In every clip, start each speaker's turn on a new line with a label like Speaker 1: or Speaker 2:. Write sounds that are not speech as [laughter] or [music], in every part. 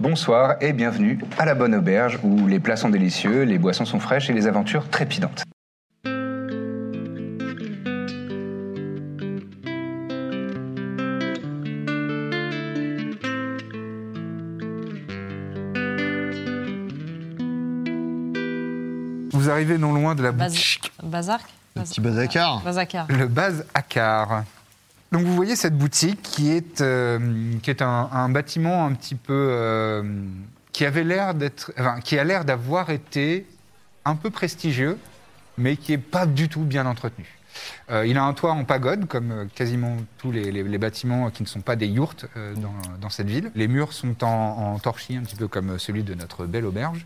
Speaker 1: Bonsoir et bienvenue à la Bonne Auberge où les plats sont délicieux, les boissons sont fraîches et les aventures trépidantes.
Speaker 2: Vous arrivez non loin de la
Speaker 3: Baz-
Speaker 2: boutique,
Speaker 3: Bazark Euh,
Speaker 4: Le petit bazakar.
Speaker 3: Bazakar.
Speaker 2: le Baz Akar. Donc vous voyez cette boutique qui est, euh, qui est un, un bâtiment un petit peu euh, qui avait l'air d'être, enfin, qui a l'air d'avoir été un peu prestigieux, mais qui est pas du tout bien entretenu. Euh, il a un toit en pagode, comme euh, quasiment tous les, les- les bâtiments qui ne sont pas des yourtes euh, dans, dans cette ville. Les murs sont en, en torchis, un petit peu comme celui de notre belle auberge.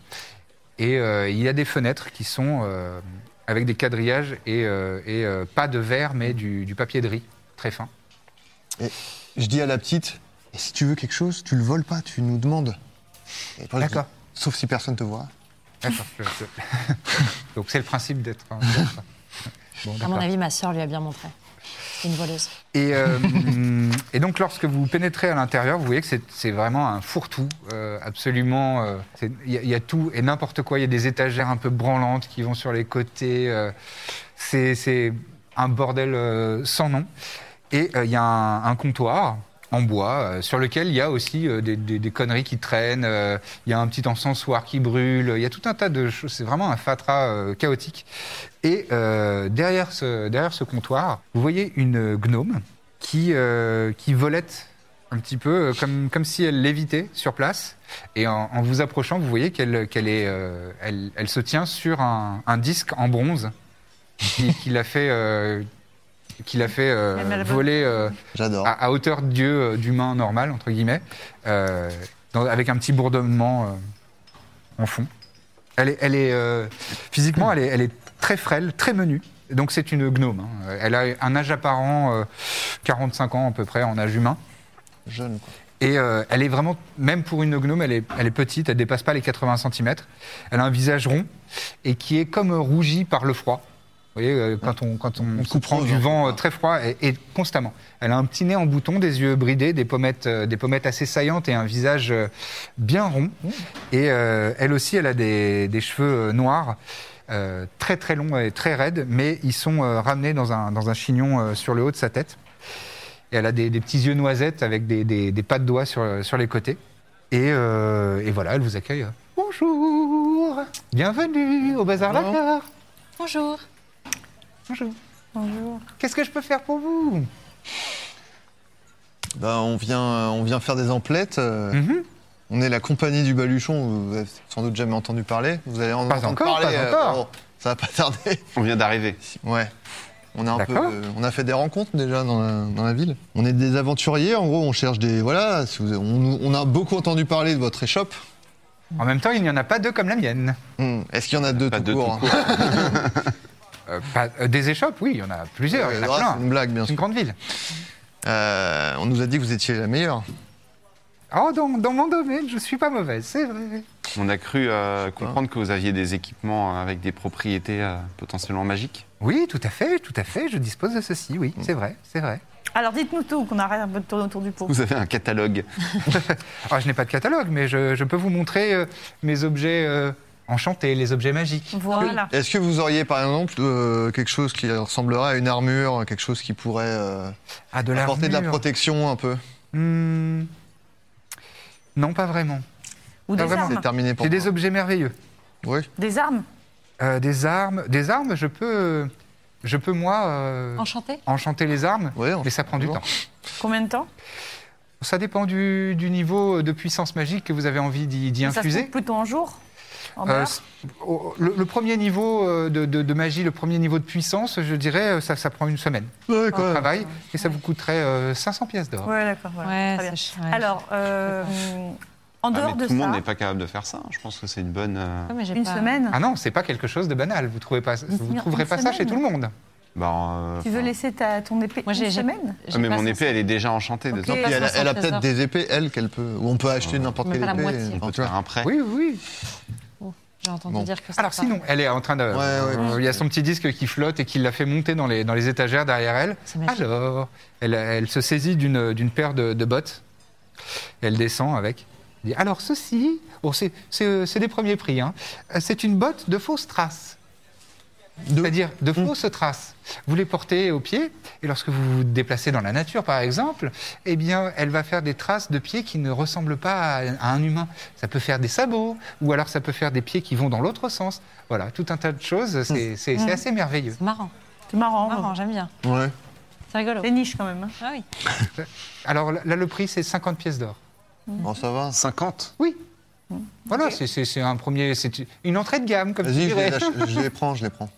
Speaker 2: Et euh, il y a des fenêtres qui sont euh, avec des quadrillages et, euh, et, euh, pas de verre, mais du, du papier de riz très fin.
Speaker 4: Je dis à la petite, et si tu veux quelque chose, tu le voles pas, tu nous demandes. Et toi, je dis,
Speaker 2: D'accord.
Speaker 4: Sauf si personne te voit.
Speaker 3: [laughs]
Speaker 2: D'accord. je- je- [laughs] Donc c'est le principe d'être. un- d'être ça. Bon,
Speaker 3: À mon
Speaker 2: d'accord.
Speaker 3: avis, ma sœur lui a bien montré. C'est une voleuse.
Speaker 2: Et, euh, [laughs] et donc, lorsque vous pénétrez à l'intérieur, vous voyez que c'est- c'est vraiment un fourre-tout, euh, absolument. euh, c'est- Il y, a- il y a tout et n'importe quoi. Il y a des étagères un peu branlantes qui vont sur les côtés. euh, c'est- c'est un bordel euh, sans nom. Et euh, il y a un, un comptoir en bois euh, sur lequel il y a aussi euh, des, des- des conneries qui traînent. euh, Il y a un petit encensoir qui brûle. Il y a tout un tas de choses. C'est vraiment un fatras euh, chaotique. Et euh, derrière, ce, derrière ce comptoir, vous voyez une euh, gnome qui, euh, qui volette un petit peu, euh, comme, comme si elle lévitait sur place. Et en, en vous approchant, vous voyez qu'elle qu'elle est, euh, elle, elle se tient sur un, un disque en bronze qui, qui l'a fait, euh, qui l'a fait euh,
Speaker 3: Elle met la bonne-
Speaker 2: voler euh,
Speaker 4: J'adore.
Speaker 2: à, à hauteur de Dieu, euh, d'humain normal, entre guillemets, euh, dans- avec un petit bourdonnement euh, en fond. Elle est, elle est euh, physiquement, elle est, elle est très frêle, très menue. Donc c'est une gnome. hein. Elle a un âge apparent, euh, 45 ans à peu près, en âge humain.
Speaker 4: Jeune, quoi.
Speaker 2: Et euh, elle est vraiment, même pour une gnome, elle est, elle est petite, elle dépasse pas les 80 cm. Elle a un visage rond et qui est comme euh, rougi par le froid. Vous voyez, euh, quand on, quand on,
Speaker 4: On
Speaker 2: se prend
Speaker 4: suppose,
Speaker 2: du
Speaker 4: hein.
Speaker 2: vent euh, très froid et, et constamment. Elle a un petit nez en bouton, des yeux bridés, des pommettes, euh, des pommettes assez saillantes et un visage euh, bien rond. Et euh, elle aussi, elle a des, des cheveux euh, noirs, euh, très très longs et très raides, mais ils sont euh, ramenés dans un, dans un chignon euh, sur le haut de sa tête. Et elle a des, des petits yeux noisettes avec des, des, des pas de doigts sur, sur les côtés. Et, euh, et voilà, elle vous accueille. Bonjour, bienvenue au Bazar Lacleur.
Speaker 3: Bonjour.
Speaker 2: Bonjour.
Speaker 3: Bonjour.
Speaker 2: Qu'est-ce que je peux faire pour vous
Speaker 4: Bah, on, vient, euh, on vient faire des emplettes. euh,
Speaker 2: Mhm.
Speaker 4: On est la compagnie du Baluchon, vous avez sans doute jamais entendu parler. Vous allez en
Speaker 2: Pas
Speaker 4: entendre
Speaker 2: encore,
Speaker 4: parler.
Speaker 2: pas
Speaker 4: euh,
Speaker 2: encore.
Speaker 4: bon, ça va pas tarder. [laughs]
Speaker 5: On vient d'arriver.
Speaker 4: Ouais. On a, un peu,
Speaker 2: D'accord.
Speaker 4: euh, on a fait des rencontres déjà dans la, dans la ville. On est des aventuriers, en gros, on cherche des. Voilà, si vous- on, on a beaucoup entendu parler de votre échoppe.
Speaker 2: En même temps, il n'y en a pas deux comme la mienne.
Speaker 4: Hmm, Est-ce qu'il y en a deux
Speaker 5: Pas
Speaker 4: tout
Speaker 5: de
Speaker 4: court,
Speaker 5: tout
Speaker 4: hein
Speaker 2: Euh, pas- euh, des échoppes, oui, il y en a plusieurs, il y en a
Speaker 4: Ah,
Speaker 2: plein.
Speaker 4: C'est une blague, bien
Speaker 2: C'est une
Speaker 4: sûr.
Speaker 2: grande ville.
Speaker 4: Euh, on nous a dit que vous étiez la meilleure.
Speaker 2: Oh, dans, dans mon domaine, je suis pas mauvaise, c'est vrai.
Speaker 5: On a cru [laughs] euh,
Speaker 4: pas.
Speaker 5: comprendre que vous aviez des équipements euh, avec des propriétés euh, potentiellement magiques.
Speaker 2: Oui, tout à fait, tout à fait, je dispose de ceci, oui,
Speaker 4: Mm.
Speaker 2: c'est vrai, c'est vrai.
Speaker 6: Alors dites-nous tout, qu'on arrête un peu de tourner autour du pot.
Speaker 5: Vous avez un catalogue.
Speaker 2: Ah, je n'ai pas de catalogue, mais je, je peux vous montrer euh, mes objets euh, enchantés, les objets magiques.
Speaker 6: Voilà.
Speaker 4: Est-ce que vous auriez par exemple euh, quelque chose qui ressemblerait à une armure, quelque chose qui pourrait euh,
Speaker 2: Ah, de
Speaker 4: apporter de la
Speaker 2: l'armure.
Speaker 4: protection un peu
Speaker 2: Hmm. Non, pas vraiment.
Speaker 6: Ou
Speaker 2: Ah,
Speaker 6: des
Speaker 2: vraiment,
Speaker 6: armes.
Speaker 4: euh, C'est terminé pour
Speaker 2: J'ai des
Speaker 4: toi.
Speaker 2: objets merveilleux.
Speaker 4: Oui.
Speaker 6: Des armes.
Speaker 2: Euh, des armes. Des armes, je peux. Je peux, moi, euh,
Speaker 3: Enchanté
Speaker 2: enchanter les armes,
Speaker 4: Ouais,
Speaker 2: mais ça prend du temps.
Speaker 6: Combien de temps
Speaker 2: Ça dépend du, du niveau de puissance magique que vous avez envie d'y d'y
Speaker 6: Ça se
Speaker 2: infuser.
Speaker 6: compte plutôt en jour. En
Speaker 2: Euh,
Speaker 6: beurre
Speaker 2: s- au- le, le premier niveau euh, de, de- de magie, le premier niveau de puissance, je dirais, euh, ça, ça prend une semaine
Speaker 4: Ouais,
Speaker 2: de
Speaker 4: quoi.
Speaker 2: travail et ça vous coûterait euh, 500 pièces d'or.
Speaker 6: Ouais, d'accord. Voilà.
Speaker 3: Ouais,
Speaker 6: Très bien.
Speaker 3: c'est ch- ouais.
Speaker 6: Alors, euh, en
Speaker 5: Ah, mais
Speaker 6: dehors de
Speaker 5: tout le
Speaker 6: ça,
Speaker 5: monde n'est pas capable de faire ça. hein. Je pense que c'est une bonne. euh,
Speaker 3: Ouais, mais j'ai
Speaker 6: une
Speaker 3: pas-
Speaker 6: semaine,
Speaker 2: Ah non, c'est pas quelque chose de banal. Vous trouvez pas, vous
Speaker 6: semaine-
Speaker 2: trouverez
Speaker 6: une
Speaker 2: pas ça chez
Speaker 6: semaine
Speaker 2: tout le monde.
Speaker 5: ben, euh,
Speaker 6: tu veux
Speaker 5: enfin,
Speaker 6: laisser ta, ton épée
Speaker 3: Moi, j'ai-
Speaker 6: une
Speaker 3: j'ai-
Speaker 6: semaine
Speaker 3: j'ai
Speaker 5: ah, mais
Speaker 3: pas
Speaker 5: mon
Speaker 3: cent-
Speaker 5: épée, elle est déjà enchantée.
Speaker 3: Ok.
Speaker 5: Désolé.
Speaker 4: Puis elle, a- elle a peut-être
Speaker 3: 60
Speaker 4: des épées, elle, qu'elle peut. Ou on peut acheter n'importe
Speaker 3: Mais
Speaker 4: quelle
Speaker 3: pas la
Speaker 4: épée.
Speaker 3: moitié.
Speaker 4: enfin, tu vois.
Speaker 5: Faire un prêt.
Speaker 2: Oui, oui.
Speaker 3: J'ai entendu
Speaker 4: Bon.
Speaker 3: dire que ça
Speaker 2: Alors
Speaker 3: part.
Speaker 2: sinon, elle est en train de.
Speaker 4: ouais.
Speaker 2: euh, Il y a son petit disque qui flotte et qui l'a fait monter dans les, dans les étagères derrière elle.
Speaker 3: C'est magique.
Speaker 2: Alors, elle, elle se saisit d'une d'une paire de, de bottes. Elle descend avec. Elle dit, Alors ceci, bon, c'est- c'est euh, c'est des premiers prix. hein. Euh, C'est une botte de fausses traces. C'est-à-dire de fausses traces. Vous les portez au pied et lorsque vous vous déplacez dans la nature, par exemple, eh bien, elle va faire des traces de pieds qui ne ressemblent pas à, à un humain. Ça peut faire des sabots ou alors ça peut faire des pieds qui vont dans l'autre sens. Voilà, tout un tas de choses.
Speaker 4: Mm.
Speaker 2: C'est c'est- c'est assez merveilleux.
Speaker 3: C'est marrant,
Speaker 6: C'est marrant.
Speaker 3: marrant,
Speaker 6: vraiment.
Speaker 3: j'aime bien.
Speaker 4: Ouais.
Speaker 3: C'est rigolo.
Speaker 6: C'est niche quand même. hein.
Speaker 3: Ah oui.
Speaker 2: Alors là, le prix, c'est 50 pièces d'or.
Speaker 4: Bon, ça va.
Speaker 5: 50
Speaker 2: Oui. Voilà, c'est- c'est c'est un premier, c'est une entrée de gamme, comme tu
Speaker 4: Mm. Vas-y, je les,
Speaker 2: dirais.
Speaker 4: lâche- je les prends, je les prends.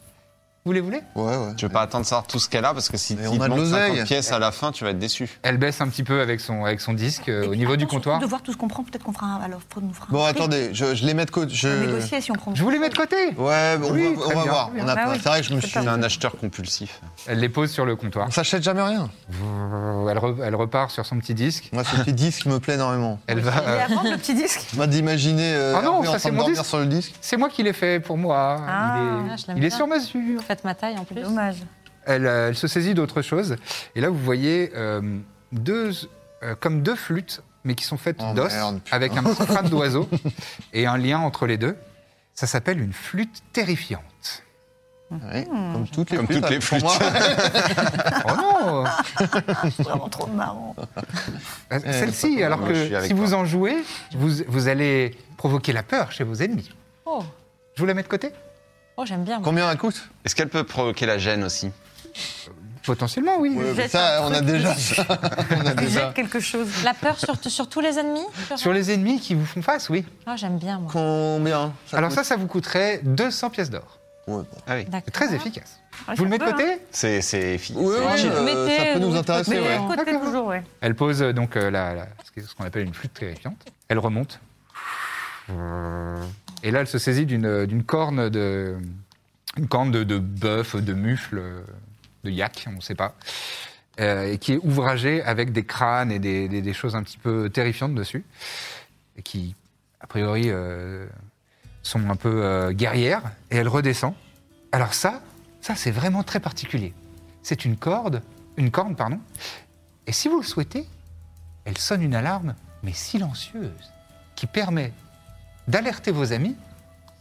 Speaker 2: Vous les voulez
Speaker 4: Ouais, ouais.
Speaker 5: Je veux pas attendre de savoir tout ce qu'elle a parce que si tu
Speaker 4: Mais
Speaker 5: te
Speaker 4: on a de
Speaker 5: montres
Speaker 4: l'oseille.
Speaker 5: 50 pièces à la fin, tu vas être déçu.
Speaker 2: Elle baisse un petit peu avec son, avec son disque euh,
Speaker 6: Et
Speaker 2: au
Speaker 6: puis,
Speaker 2: niveau du
Speaker 6: attends, surtout
Speaker 2: comptoir.
Speaker 6: De voir tout ce qu'on prend, peut-être qu'on fera un. Alors, faut- nous fera un
Speaker 4: Bon,
Speaker 6: prix.
Speaker 4: attendez, je, je les mets de côté.
Speaker 6: On va
Speaker 4: Je...
Speaker 6: Négocier si on prend.
Speaker 2: Je vous les mets de côté
Speaker 4: Ouais, on
Speaker 2: Oui,
Speaker 4: va,
Speaker 2: très
Speaker 4: on va
Speaker 2: bien,
Speaker 4: voir.
Speaker 2: très bien.
Speaker 4: On a
Speaker 6: Bah
Speaker 4: pas-
Speaker 6: oui,
Speaker 4: C'est vrai que je me
Speaker 6: c'est
Speaker 4: suis.
Speaker 6: pas
Speaker 5: C'est un acheteur compulsif.
Speaker 2: Elle les pose sur le comptoir.
Speaker 4: On s'achète jamais rien.
Speaker 2: Euh, Elle, re- elle repart sur son petit disque.
Speaker 4: Moi, ce petit disque me plaît énormément.
Speaker 2: Elle va.
Speaker 6: Et
Speaker 2: euh,
Speaker 6: à vendre le petit disque
Speaker 4: Je m'a d'imaginer euh,
Speaker 2: Ah non,
Speaker 4: Hervé
Speaker 2: ça,
Speaker 4: en
Speaker 2: c'est
Speaker 4: train de
Speaker 2: mon
Speaker 4: dormir
Speaker 2: disque.
Speaker 4: sur le disque.
Speaker 2: C'est moi qui l'ai fait pour moi.
Speaker 6: Ah,
Speaker 2: il est,
Speaker 3: je l'aime
Speaker 2: il est
Speaker 3: bien.
Speaker 2: sur mesure.
Speaker 3: Faites ma taille en plus.
Speaker 6: Dommage.
Speaker 2: Elle, euh, elle se saisit d'autre chose. Et là, vous voyez euh, deux, euh, comme deux flûtes, mais qui sont faites
Speaker 4: Oh,
Speaker 2: d'os,
Speaker 4: merde, putain.
Speaker 2: avec un petit crâne d'oiseau [laughs] et un lien entre les deux. Ça s'appelle une flûte terrifiante.
Speaker 4: Ouais,
Speaker 3: Hmm.
Speaker 4: Comme toutes les
Speaker 5: Comme
Speaker 4: flûtes.
Speaker 5: toutes les
Speaker 4: pour moi.
Speaker 2: Oh non
Speaker 6: C'est vraiment trop marrant.
Speaker 2: Euh,
Speaker 4: Eh,
Speaker 2: Celle-ci,
Speaker 5: pas-
Speaker 2: alors
Speaker 5: moi, je suis
Speaker 2: que
Speaker 5: avec
Speaker 2: si vous
Speaker 5: toi.
Speaker 2: en jouez, vous, vous allez provoquer la peur chez vos ennemis.
Speaker 3: Oh,
Speaker 2: Je vous la mets de côté
Speaker 3: oh j'aime bien. moi.
Speaker 4: Combien
Speaker 3: [laughs]
Speaker 4: elle coûte
Speaker 5: Est-ce qu'elle peut provoquer la gêne aussi
Speaker 2: Potentiellement, oui.
Speaker 4: Ouais, mais
Speaker 6: jette
Speaker 4: Ça,
Speaker 6: un
Speaker 4: on a
Speaker 6: truc
Speaker 4: déjà ça. [laughs] On a
Speaker 6: Tu
Speaker 4: déjà.
Speaker 6: jettes quelque chose.
Speaker 3: La peur sur, sur tous les ennemis Sur-
Speaker 2: Sur les ennemis qui vous font face, oui.
Speaker 3: Oh, j'aime bien, moi.
Speaker 4: Combien
Speaker 2: alors
Speaker 4: coûte
Speaker 2: ça, ça vous coûterait 200 pièces d'or.
Speaker 4: Ouais, bon.
Speaker 5: Ah oui.
Speaker 3: D'accord.
Speaker 2: C'est très efficace.
Speaker 6: Ouais,
Speaker 2: vous le
Speaker 6: ça
Speaker 2: mettez de
Speaker 6: peut,
Speaker 2: côté
Speaker 5: C'est c'est fi-
Speaker 4: Ouais,
Speaker 5: c'est
Speaker 4: ouais,
Speaker 5: utile.
Speaker 4: euh, ça peut
Speaker 3: mettez,
Speaker 4: nous
Speaker 3: vous
Speaker 4: intéresser,
Speaker 3: mettez,
Speaker 4: ouais.
Speaker 3: on-
Speaker 6: hein. Côté
Speaker 2: D'accord.
Speaker 6: toujours, ouais.
Speaker 2: Elle pose euh, donc euh, la, la- ce que- ce qu'on appelle une flûte terrifiante. Elle remonte. Et là, elle se saisit d'une euh, d'une corne de une corne de, de bœuf, de mufle, euh, de yak, on ne sait pas, euh, et qui est ouvragée avec des crânes et des, des- des choses un petit peu terrifiantes dessus, et qui, a priori, euh, sont un peu euh, guerrières. Et elle redescend. Alors ça, ça c'est vraiment très particulier. C'est une corde, une corne, pardon, et si vous le souhaitez, elle sonne une alarme, mais silencieuse, qui permet d'alerter vos amis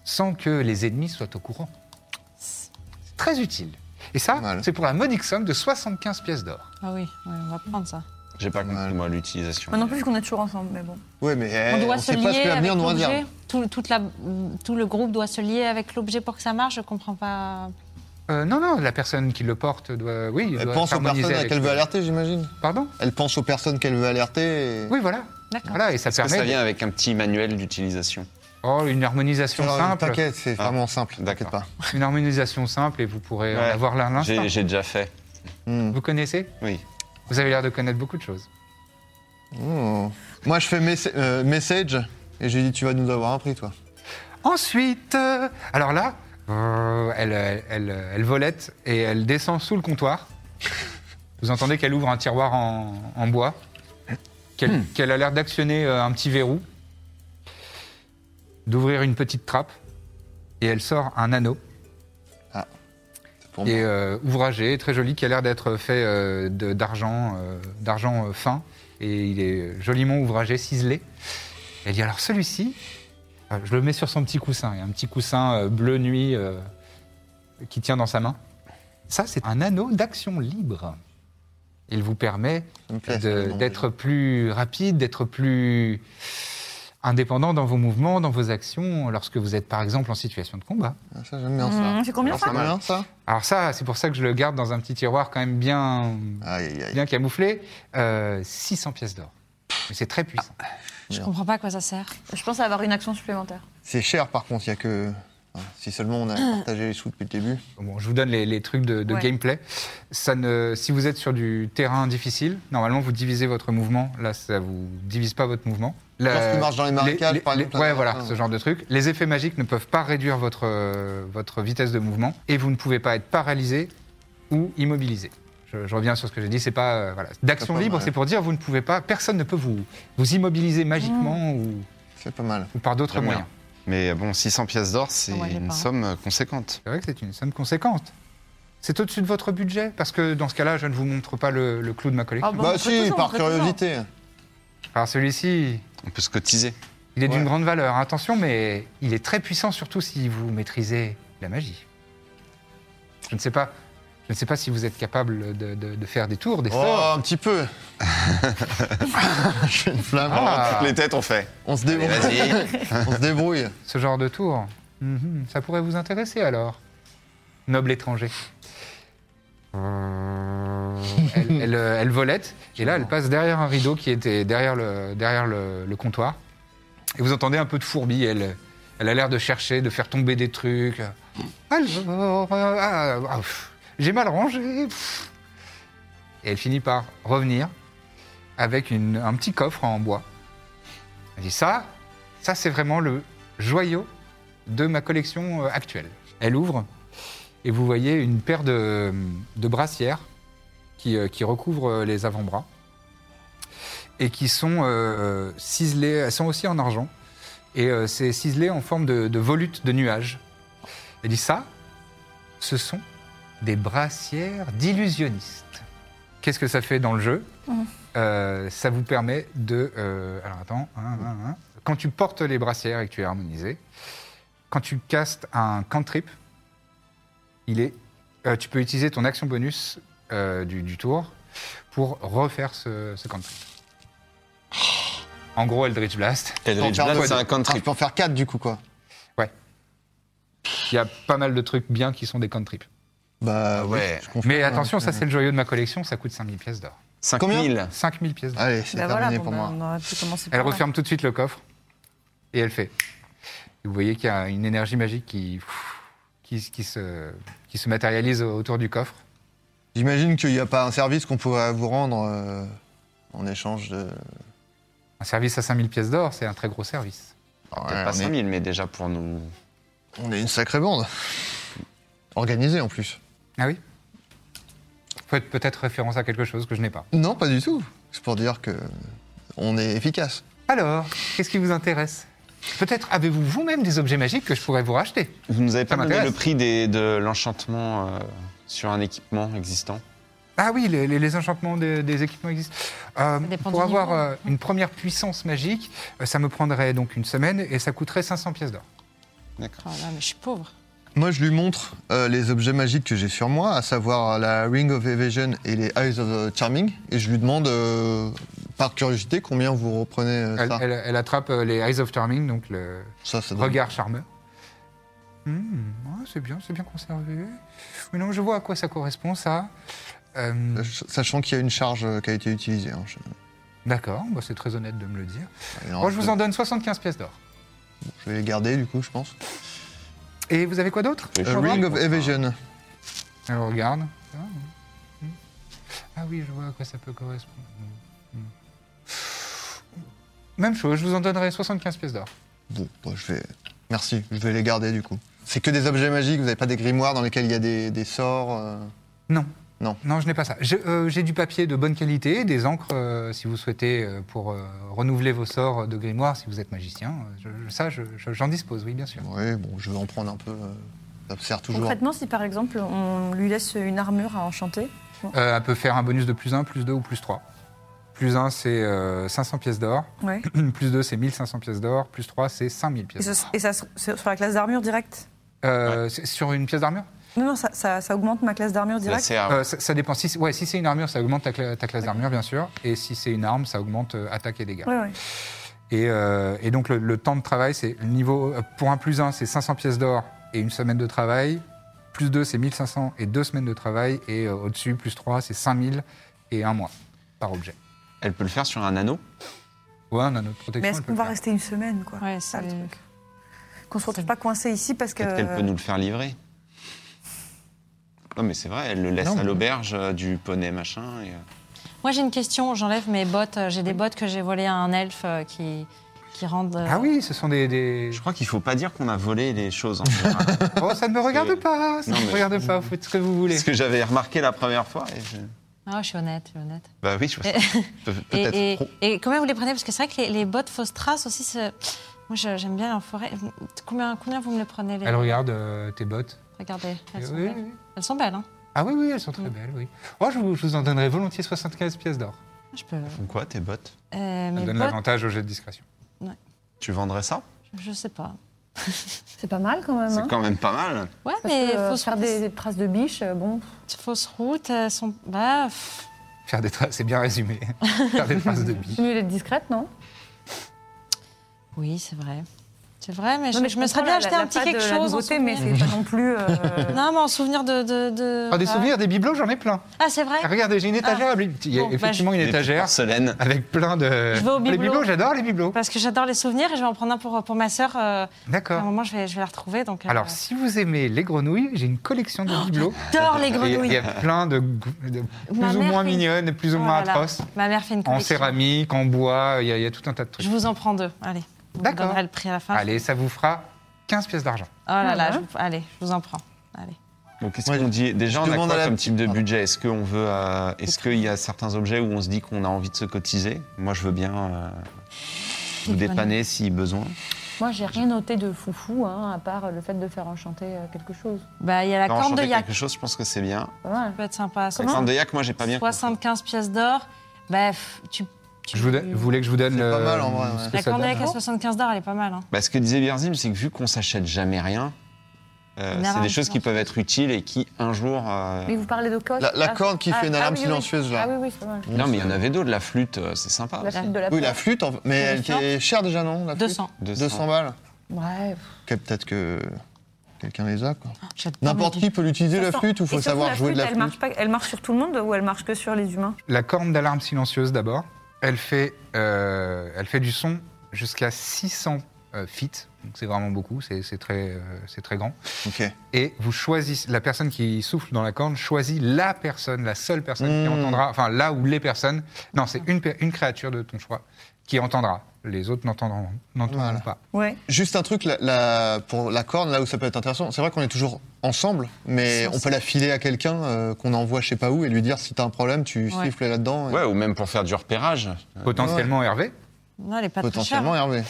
Speaker 2: sans que les ennemis soient au courant. C'est très utile. Et ça,
Speaker 4: Mal.
Speaker 2: c'est pour la modique somme de 75 pièces d'or.
Speaker 3: Ah oui, ouais, on va prendre ça.
Speaker 5: J'ai pas compris moi l'utilisation.
Speaker 6: Moi non plus, qu'on est toujours ensemble, mais bon.
Speaker 4: Ouais, mais eh,
Speaker 3: on doit
Speaker 4: on
Speaker 3: se
Speaker 4: sait pas ce
Speaker 3: lier
Speaker 4: que l'avenir
Speaker 3: avec
Speaker 4: nous réserve.
Speaker 3: l'objet. Tout, toute la- tout le groupe doit se lier avec l'objet pour que ça marche. Je comprends pas.
Speaker 2: Euh, non, non, la personne qui le porte doit... Oui,
Speaker 4: Elle
Speaker 2: doit
Speaker 4: pense aux
Speaker 2: s'harmoniser
Speaker 4: personnes à
Speaker 2: avec
Speaker 4: qu'elle
Speaker 2: le-
Speaker 4: veut alerter, j'imagine.
Speaker 2: Pardon
Speaker 4: Elle pense aux personnes qu'elle veut alerter. et-
Speaker 2: Oui, voilà.
Speaker 3: D'accord.
Speaker 2: Voilà, et ça
Speaker 5: Est-ce que
Speaker 2: permet...
Speaker 5: ça vient avec un petit manuel d'utilisation
Speaker 2: Oh, une harmonisation
Speaker 4: Alors,
Speaker 2: simple.
Speaker 4: T'inquiète, c'est
Speaker 5: Ah.
Speaker 4: vraiment simple. T'inquiète
Speaker 5: D'accord.
Speaker 4: pas.
Speaker 2: Une harmonisation simple et vous pourrez en
Speaker 5: Ouais.
Speaker 2: avoir l'un
Speaker 4: Ah,
Speaker 2: l'instant.
Speaker 5: J'ai j'ai déjà fait.
Speaker 2: Vous connaissez
Speaker 5: Oui.
Speaker 2: Vous avez l'air de connaître beaucoup de choses.
Speaker 4: Oh. Moi, je fais messa- euh, message et je lui dis Tu vas nous avoir un prix, toi.
Speaker 2: Ensuite, euh, alors là, euh, elle, elle, elle- elle volette et elle descend sous le comptoir. Vous entendez qu'elle ouvre un tiroir en, en bois, qu'elle
Speaker 5: Hmm.
Speaker 2: qu'elle a l'air d'actionner euh, un petit verrou, d'ouvrir une petite trappe, et elle sort un anneau,
Speaker 4: C'est pour
Speaker 2: qui
Speaker 4: moi.
Speaker 2: est euh, ouvragé, très joli, qui a l'air d'être fait euh, de- d'argent euh, d'argent euh, fin, et il est joliment ouvragé, ciselé. Elle dit alors celui-ci, euh, je le mets sur son petit coussin. Il y a un petit coussin euh, bleu nuit euh, qui tient dans sa main. Ça, c'est un anneau d'action libre. Il vous permet
Speaker 4: Ça me plaît, ça, le
Speaker 2: de-
Speaker 4: nom,
Speaker 2: d'être plus rapide, d'être plus indépendant dans vos mouvements, dans vos actions, lorsque vous êtes par exemple en situation de combat.
Speaker 4: déjà. Ah, Ça, j'aime bien ça.
Speaker 2: Hmm.
Speaker 6: Mmh, c'est combien
Speaker 4: Alors,
Speaker 6: ça
Speaker 4: c'est bien, ça
Speaker 2: Alors ça, c'est pour ça que je le garde dans un petit tiroir quand même bien,
Speaker 4: Aïe, aïe, aïe.
Speaker 2: bien camouflé. Euh, 600 pièces d'or. Mais c'est très puissant.
Speaker 3: Je comprends pas à quoi ça sert.
Speaker 6: Je pense avoir une action supplémentaire.
Speaker 4: C'est cher par contre, il n'y a que. enfin, Si seulement on
Speaker 6: [clears throat]
Speaker 4: a partagé les sous depuis le début.
Speaker 2: Bon, je vous donne les, les trucs de, de
Speaker 6: Ouais.
Speaker 2: gameplay. Ça ne, si vous êtes sur du terrain difficile, normalement vous divisez votre mouvement. Là, ça vous divise pas votre mouvement. La-
Speaker 4: Lorsque tu marches dans les marécages,
Speaker 2: les-
Speaker 4: par
Speaker 2: les-
Speaker 4: exemple, hein.
Speaker 2: ouais,
Speaker 4: là,
Speaker 2: voilà,
Speaker 4: là,
Speaker 2: ce
Speaker 4: ouais.
Speaker 2: genre de truc. Les effets magiques ne peuvent pas réduire votre, euh, votre vitesse de mouvement et vous ne pouvez pas être paralysé ou immobilisé. Je, je reviens sur ce que j'ai dit, c'est pas euh, voilà. d'action
Speaker 4: pas
Speaker 2: libre,
Speaker 4: mal.
Speaker 2: c'est pour dire vous ne pouvez pas, personne ne peut vous vous immobiliser magiquement ou,
Speaker 4: C'est pas mal.
Speaker 2: ou par d'autres
Speaker 5: Très bien.
Speaker 2: moyens.
Speaker 5: Mais bon, 600 pièces d'or, c'est
Speaker 3: Ouais, j'ai
Speaker 5: une
Speaker 3: pas. hein.
Speaker 5: somme euh, conséquente.
Speaker 2: C'est vrai que c'est une somme conséquente. C'est au-dessus de votre budget Parce que dans ce cas-là, je ne vous montre pas le, le clou de ma collection.
Speaker 6: Ah Bon,
Speaker 4: bah
Speaker 6: on fait
Speaker 4: si,
Speaker 6: toujours, on
Speaker 4: par
Speaker 6: fait toujours.
Speaker 4: curiosité.
Speaker 2: Alors celui-ci,
Speaker 5: On peut se cotiser.
Speaker 2: il est d'une
Speaker 4: Ouais.
Speaker 2: grande valeur, hein. attention, mais il est très puissant, surtout si vous maîtrisez la magie. Je ne sais pas, je ne sais pas si vous êtes capable de, de- de faire des tours, des
Speaker 4: Oh,
Speaker 2: sorts.
Speaker 4: un petit [laughs] peu. Je suis une flamme.
Speaker 2: Ah.
Speaker 5: Toutes les têtes, on fait.
Speaker 4: On se débrouille. [laughs]
Speaker 5: Vas-y.
Speaker 4: On se débrouille.
Speaker 2: Ce genre de tour. Mhm, ça pourrait vous intéresser alors, noble étranger. elle, elle, euh, elle volette, et là elle passe derrière un rideau qui était derrière le, derrière le, le comptoir. Et vous entendez un peu de fourbi, elle, elle a l'air de chercher, de faire tomber des trucs. Ah, Alors, euh, ah, ah, pff, j'ai mal rangé. pff. Et elle finit par revenir avec une- un petit coffre en bois. Elle dit ça, ça c'est vraiment le joyau de ma collection euh, actuelle. Elle ouvre et vous voyez une paire de, de brassières qui, euh, qui recouvrent euh, les avant-bras et qui sont euh, ciselées, elles sont aussi en argent, et euh, c'est ciselé en forme de, de volutes de nuages. Elle dit ça, ce sont des brassières d'illusionnistes. Qu'est-ce que ça fait dans le jeu Euh, Ça vous permet de... euh, alors attends, hein. un, un, un. quand tu portes les brassières et que tu es harmonisé, quand tu castes un cantrip, il est, euh, tu peux utiliser ton action bonus euh, du, du tour pour refaire ce, ce cantrip. En gros, Eldritch Blast.
Speaker 5: Eldritch
Speaker 4: T'en
Speaker 5: Blast,
Speaker 4: perds
Speaker 5: c'est
Speaker 4: deux.
Speaker 5: un
Speaker 4: Ah,
Speaker 5: country.
Speaker 4: Tu peux en faire 4 du coup quoi.
Speaker 2: Il y a pas mal de trucs bien qui sont des cantrips.
Speaker 4: Bah
Speaker 5: ouais.
Speaker 4: oui, je confirme.
Speaker 2: Mais attention, ça
Speaker 4: Ouais.
Speaker 2: c'est le joyau de ma collection, ça coûte 5000 pièces d'or.
Speaker 5: 5000.
Speaker 2: 5000 pièces d'or.
Speaker 4: Allez, c'est
Speaker 6: Bah
Speaker 4: terminé
Speaker 6: bon,
Speaker 4: pour
Speaker 6: bah,
Speaker 4: moi.
Speaker 6: on aurait pu commencer par
Speaker 2: Elle
Speaker 6: là.
Speaker 2: referme tout de suite le coffre et elle fait. Et Vous voyez qu'il y a une énergie magique qui, pff, qui, qui se, qui se matérialise autour du coffre.
Speaker 4: J'imagine qu'il n'y a pas un service qu'on pourrait vous rendre euh, en échange de.
Speaker 2: Un service à 5000 pièces d'or, c'est un très gros service.
Speaker 4: Ah Ouais,
Speaker 5: Peut-être pas
Speaker 4: on, est,
Speaker 5: 5000, mais déjà pour nous.
Speaker 4: on est une sacrée bande. Organisée en plus.
Speaker 2: Ah oui Faites peut-être référence à quelque chose que je n'ai pas.
Speaker 4: Non, pas du tout. C'est pour dire que on est efficace.
Speaker 2: Alors, qu'est-ce qui vous intéresse Peut-être avez-vous vous-même des objets magiques que je pourrais vous racheter
Speaker 5: Vous nous avez
Speaker 2: Ça
Speaker 5: pas donné
Speaker 2: m'intéresse.
Speaker 5: le prix des- de l'enchantement euh, sur un équipement existant
Speaker 2: Ah oui, les, les- les enchantements des, des équipements existent. Euh,
Speaker 3: dépend
Speaker 2: pour
Speaker 3: du
Speaker 2: avoir
Speaker 3: niveau. hein.
Speaker 2: euh, une première puissance magique, euh, ça me prendrait donc une semaine et ça coûterait 500 pièces d'or.
Speaker 3: Oh là, mais je suis pauvre.
Speaker 4: Moi, je lui montre euh, les objets magiques que j'ai sur moi, à savoir la Ring of Evasion et les Eyes of Charming, et je lui demande, euh, par curiosité, combien vous reprenez euh,
Speaker 2: Elle,
Speaker 4: ça.
Speaker 2: elle- elle attrape euh, les Eyes of Charming, donc le
Speaker 4: Ça, ça donne-
Speaker 2: regard charmeur. Hmm, ouais, c'est bien, c'est bien conservé. Mais non, je vois à quoi ça correspond, ça. Euh,
Speaker 4: Sach- Sachant qu'il y a une charge euh, qui a été utilisée. hein, je-
Speaker 2: D'accord, bah, c'est très honnête de me le dire.
Speaker 4: Alors,
Speaker 2: Moi, je vous en donne 75 pièces d'or.
Speaker 4: je vais les garder, du coup, je pense.
Speaker 2: Et vous avez quoi d'autre
Speaker 5: Oui, je
Speaker 4: Euh,
Speaker 5: vois.
Speaker 4: Ring of Evasion.
Speaker 2: Elle regarde. Ah, hmm. Ah oui, je vois à quoi ça peut correspondre. Hmm. Même chose, je vous en donnerai 75 pièces d'or.
Speaker 4: Bon, bah, je vais... Merci, je vais les garder, du coup. C'est que des objets magiques, vous n'avez pas des grimoires dans lesquels il y a des, des sorts euh,
Speaker 2: Non.
Speaker 4: Non.
Speaker 2: Non, je n'ai pas ça. J'ai euh, j'ai du papier de bonne qualité, des encres, euh, si vous souhaitez, euh, pour euh, renouveler vos sorts de grimoire, si vous êtes magicien. Euh, je- je- ça, je- je- j'en dispose, oui, bien sûr.
Speaker 4: Oui, bon, je vais en prendre un peu. euh, Ça me sert toujours.
Speaker 6: Concrètement, si par exemple on lui laisse une armure à enchanter,
Speaker 2: Euh, elle peut faire un bonus de plus 1, plus 2 ou plus 3. Plus 1, c'est euh, 500 pièces d'or.
Speaker 6: ouais.
Speaker 2: [clears throat] plus 2, c'est 1500 pièces d'or. Plus 3, c'est 5000
Speaker 6: et,
Speaker 2: pièces
Speaker 6: ce-
Speaker 2: d'or.
Speaker 6: et ça se- sur sur la classe d'armure directe
Speaker 2: Euh, c'est Sur une pièce d'armure
Speaker 6: Non, non, ça, ça- ça augmente ma classe d'armure
Speaker 5: Là,
Speaker 6: directe.
Speaker 5: c'est à-
Speaker 2: Euh, ça, ça dépend. Si, c'est- ouais, si c'est une armure, ça augmente ta, cla- ta classe d'armure, bien sûr. Et si c'est une arme, ça augmente euh, attaque et dégâts.
Speaker 6: Ouais, ouais.
Speaker 2: Et, euh, et donc, le, le temps de travail, c'est le niveau. euh, Pour un plus 1, c'est 500 pièces d'or et une semaine de travail. Plus 2, c'est 1500 et deux semaines de travail. Et euh, au-dessus, plus 3, c'est 5000 et un mois par objet.
Speaker 5: Elle peut le faire sur un anneau
Speaker 2: Ouais, on a notre
Speaker 6: Mais
Speaker 2: protection.
Speaker 6: est-ce
Speaker 2: elle peut
Speaker 6: qu'on va
Speaker 2: le faire.
Speaker 6: rester une semaine, quoi
Speaker 3: Ouais,
Speaker 6: C'est ça, le
Speaker 3: c'est-
Speaker 6: truc. Qu'on se
Speaker 3: c'est-
Speaker 6: retrouve pas coincé ici parce que.
Speaker 5: Peut-être qu'elle peut nous le faire livrer. Non, mais c'est vrai, elle le laisse
Speaker 4: Non,
Speaker 5: à
Speaker 4: mais-
Speaker 5: l'auberge euh, du poney machin. et, euh,
Speaker 3: Moi, j'ai une question. J'enlève mes bottes. euh, J'ai des bottes que j'ai volées à un elfe euh, qui, qui rendent. euh,
Speaker 2: Ah oui, ce sont des. des-
Speaker 6: [laughs]
Speaker 5: Je crois qu'il faut pas dire qu'on a volé les
Speaker 4: [laughs]
Speaker 5: choses. en général.
Speaker 2: Oh, ça ne me regarde pas, ça ne
Speaker 5: Non,
Speaker 2: me
Speaker 5: mais-
Speaker 2: regarde pas, faites ce que vous voulez.
Speaker 5: C'est ce que j'avais remarqué la première fois. et je-
Speaker 3: Ah, je suis honnête, je suis honnête.
Speaker 5: Bah oui, je vois ça. [laughs] Pe-
Speaker 3: Et,
Speaker 5: Peut-être. Oh.
Speaker 3: et-
Speaker 5: trop.
Speaker 3: et combien vous les prenez Parce que c'est vrai que les, les bottes fausses traces aussi, c'est- moi je- j'aime bien en forêt. Combien, combien vous me les prenez les...
Speaker 2: Elle regarde euh, tes bottes.
Speaker 3: Regardez, Mm. elles sont
Speaker 2: Oui,
Speaker 3: belles.
Speaker 2: oui.
Speaker 3: Elles sont belles, hein
Speaker 2: Ah oui, oui, elles sont très belles, oui. Oh, je vous, je vous en donnerai volontiers 75 pièces d'or.
Speaker 3: Je peux.
Speaker 5: Font quoi, tes bottes
Speaker 3: Euh,
Speaker 2: Ça
Speaker 3: mes
Speaker 2: donne
Speaker 3: bottes,
Speaker 2: l'avantage au jeu de discrétion.
Speaker 5: Tu vendrais ça
Speaker 3: je sais pas.
Speaker 7: C'est pas mal quand même.
Speaker 5: C'est
Speaker 7: Hein
Speaker 5: quand même pas mal.
Speaker 3: Ouais,
Speaker 7: Parce
Speaker 3: mais
Speaker 7: que, euh,
Speaker 3: fausses
Speaker 7: faire des, des traces de biche, euh, bon.
Speaker 3: fausses routes, elles sont. Bah, pff,
Speaker 2: Faire des traces, c'est
Speaker 3: [laughs]
Speaker 2: bien résumé. Faire des traces de billes.
Speaker 7: C'est mieux d'être discrète, non
Speaker 3: oui, c'est vrai. C'est vrai, mais,
Speaker 6: Non,
Speaker 3: je,
Speaker 6: mais
Speaker 3: je me serais
Speaker 6: comprends
Speaker 3: bien
Speaker 6: la-
Speaker 3: acheté
Speaker 6: la-
Speaker 3: un
Speaker 6: la
Speaker 3: petit
Speaker 6: pas
Speaker 3: quelque
Speaker 6: de la
Speaker 3: chose. en
Speaker 6: nouveauté, mais
Speaker 3: souvenir.
Speaker 6: c'est pas non
Speaker 3: [laughs]
Speaker 6: plus. euh,
Speaker 3: Non, mais en souvenir de. de, de-
Speaker 2: Ah,
Speaker 3: voilà.
Speaker 2: des souvenirs, des bibelots, j'en ai plein.
Speaker 3: Ah, c'est vrai
Speaker 2: Ah, regardez, j'ai une étagère. à bib- Il y a
Speaker 3: Bon, bah,
Speaker 2: effectivement une
Speaker 5: Des
Speaker 2: étagère
Speaker 5: porcelaines.
Speaker 2: avec plein de.
Speaker 3: Je vais au
Speaker 2: les
Speaker 3: bibelot.
Speaker 2: bibelots, j'adore les bibelots.
Speaker 3: Parce que j'adore les souvenirs et je vais en prendre un pour, pour ma sœur. euh, à un
Speaker 2: D'accord.
Speaker 3: moment, je vais, je vais la retrouver. Donc, euh,
Speaker 2: Alors, si vous aimez les grenouilles, j'ai une collection de bibelots.
Speaker 3: j'adore Oh, les
Speaker 2: Et Il y
Speaker 3: grenouilles.
Speaker 2: a plein de, gou- de
Speaker 3: Ma
Speaker 2: plus ou
Speaker 3: mère
Speaker 2: moins
Speaker 3: fait une-
Speaker 2: mignonnes, et plus ou
Speaker 3: Oh
Speaker 2: moins
Speaker 3: là là.
Speaker 2: atroces.
Speaker 3: Ma mère fait une
Speaker 2: En
Speaker 3: collection.
Speaker 2: céramique, en bois, il y, a- il y a tout un tas de trucs.
Speaker 3: Je vous en prends deux. Allez. Vous me
Speaker 2: D'accord.
Speaker 3: donnerez le prix à la fin.
Speaker 2: Allez, ça vous fera 15 pièces d'argent.
Speaker 3: Oh là là,
Speaker 7: Ah
Speaker 3: je,
Speaker 7: ouais.
Speaker 3: allez, je vous en prends. Allez.
Speaker 5: Donc, qu'est-ce
Speaker 4: Moi,
Speaker 5: qu'on dit Déjà, on a
Speaker 4: demande
Speaker 5: quoi
Speaker 4: à la- Ah.
Speaker 5: comme type de
Speaker 4: Pardon.
Speaker 5: budget Est-ce qu'on veut, euh, est-ce qu'il y a certains objets où on se dit qu'on a envie de se cotiser Moi, je veux bien euh, vous dépanner si besoin.
Speaker 7: Moi, j'ai rien noté de foufou, hein, à part le fait de faire enchanter euh, quelque chose.
Speaker 3: Bah, il y a la
Speaker 5: Faire
Speaker 3: corne de
Speaker 5: enchanter
Speaker 3: yak.
Speaker 5: quelque chose, je pense que c'est bien.
Speaker 7: Pas mal.
Speaker 3: Ça peut être sympa.
Speaker 5: La corne de yak, moi, j'ai pas bien. compris.
Speaker 3: 75 pièces d'or. Bref, tu. tu-
Speaker 2: Je vous, donne- vous voulez que je vous donne
Speaker 4: C'est
Speaker 2: le.
Speaker 4: pas mal, en vrai,
Speaker 2: ce
Speaker 4: ouais.
Speaker 2: que
Speaker 3: La
Speaker 2: ça
Speaker 3: corne de
Speaker 2: donne Ah,
Speaker 3: yak à 75 d'or, elle est pas mal. Hein.
Speaker 5: Bah, ce que disait Birzim, c'est que vu qu'on s'achète jamais rien, euh,
Speaker 3: On a
Speaker 5: c'est
Speaker 3: rien,
Speaker 5: des choses
Speaker 3: je
Speaker 5: qui
Speaker 3: pense.
Speaker 5: peuvent être utiles et qui un jour. euh,
Speaker 7: Mais vous parlez de quoi
Speaker 4: La- la
Speaker 6: Ah,
Speaker 4: corde qui fait une alarme
Speaker 7: oui, oui.
Speaker 4: silencieuse, là.
Speaker 7: Ah oui, oui, c'est pas mal.
Speaker 5: Non, mais il y en avait d'autres. La flûte, euh, c'est sympa.
Speaker 7: La suite de la
Speaker 4: Oui, la flûte, en- mais elle était chère déjà, non la flûte
Speaker 3: 200.
Speaker 4: 200. balles.
Speaker 7: Ouais.
Speaker 4: Ok, Peut-être que quelqu'un les a, quoi.
Speaker 3: Ah, J'adore
Speaker 4: N'importe
Speaker 3: les-
Speaker 4: qui peut l'utiliser, la
Speaker 6: Attends,
Speaker 4: flûte, ou
Speaker 6: et
Speaker 4: faut
Speaker 6: surtout,
Speaker 4: savoir jouer de la
Speaker 6: Elle marche,
Speaker 4: flûte
Speaker 6: pas, elle marche sur tout le monde ou elle marche que sur les humains
Speaker 2: La corne d'alarme silencieuse d'abord. Elle fait, euh, elle fait du son jusqu'à 600 euh, feet, donc c'est vraiment beaucoup, c'est c'est très, euh, c'est très grand.
Speaker 4: Ok.
Speaker 2: Et vous choisissez, la personne qui souffle dans la corne choisit la personne, la seule personne qui
Speaker 4: Mmh.
Speaker 2: entendra, enfin là où les personnes, non c'est une, pe- une créature de ton choix qui entendra, les autres n'entendront n'entendront
Speaker 4: Voilà.
Speaker 2: pas.
Speaker 6: Ouais.
Speaker 4: Juste un truc, la, la- pour la corne, là où ça peut être intéressant, c'est vrai qu'on est toujours ensemble, mais on peut la filer à quelqu'un euh, qu'on envoie je sais pas où et lui dire si t'as un problème, tu
Speaker 3: Ouais.
Speaker 4: siffles là-dedans. et-
Speaker 5: Ouais, ou même pour faire du repérage.
Speaker 2: Potentiellement Hervé,
Speaker 3: Non, elle est pas très chère.
Speaker 4: Potentiellement Hervé.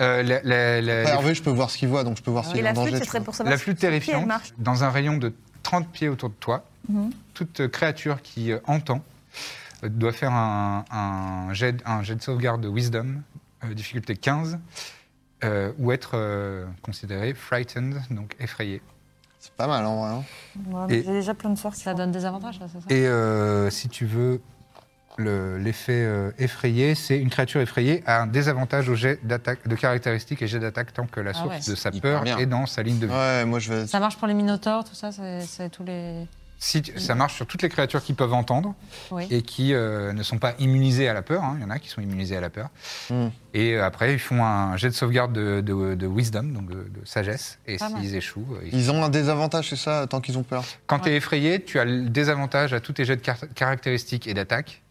Speaker 2: Euh, la- la- la-
Speaker 4: Après, Hervé, je peux voir ce qu'il voit, donc je peux voir s'il
Speaker 6: Et
Speaker 4: est en
Speaker 6: Ah la flûte,
Speaker 4: danger.
Speaker 6: ce
Speaker 4: tu
Speaker 6: serait
Speaker 4: vois.
Speaker 6: pour savoir
Speaker 2: la
Speaker 6: si-
Speaker 2: flûte
Speaker 6: si elle
Speaker 2: terrifiante,
Speaker 6: marche. Mhm.
Speaker 2: dans un rayon de 30 pieds autour de toi, toute créature qui euh, entend euh, doit faire un, un jet, de- un jet de sauvegarde de Wisdom, euh, difficulté 15, euh, ou être euh, considéré frightened, donc effrayé.
Speaker 4: C'est pas mal en vrai. hein.
Speaker 6: Ouais,
Speaker 2: Et-
Speaker 6: mais J'ai déjà plein de sorts.
Speaker 3: Ça donne des avantages, ça, c'est ça
Speaker 2: Et euh, si tu veux le- l'effet euh, effrayé, c'est une créature effrayée a un désavantage au jet d'attaque, de caractéristiques et jet d'attaque tant que la
Speaker 3: Ah
Speaker 2: source
Speaker 3: ouais.
Speaker 2: de sa
Speaker 5: Hyper
Speaker 2: peur
Speaker 5: bien.
Speaker 2: est dans sa ligne de vue.
Speaker 4: Ouais, moi je vais.
Speaker 3: Ça marche pour les minotaures, tout ça, c'est c'est tous les.
Speaker 2: Si tu- ça marche sur toutes les créatures qui peuvent entendre,
Speaker 3: Oui.
Speaker 2: et qui euh, ne sont pas immunisés à la peur. hein. Il y en a qui sont immunisés à la peur.
Speaker 4: Hmm.
Speaker 2: Et euh, après, ils font un jet de sauvegarde de, de- de wisdom, donc de, de sagesse. Et
Speaker 3: Pas mal. Hmm.
Speaker 2: s'ils échouent, euh, ils-
Speaker 4: Ils ont un désavantage, c'est ça, tant qu'ils ont peur.
Speaker 2: quand tu es effrayé, tu as le désavantage à tous tes jets de car- caractéristiques et d'attaque.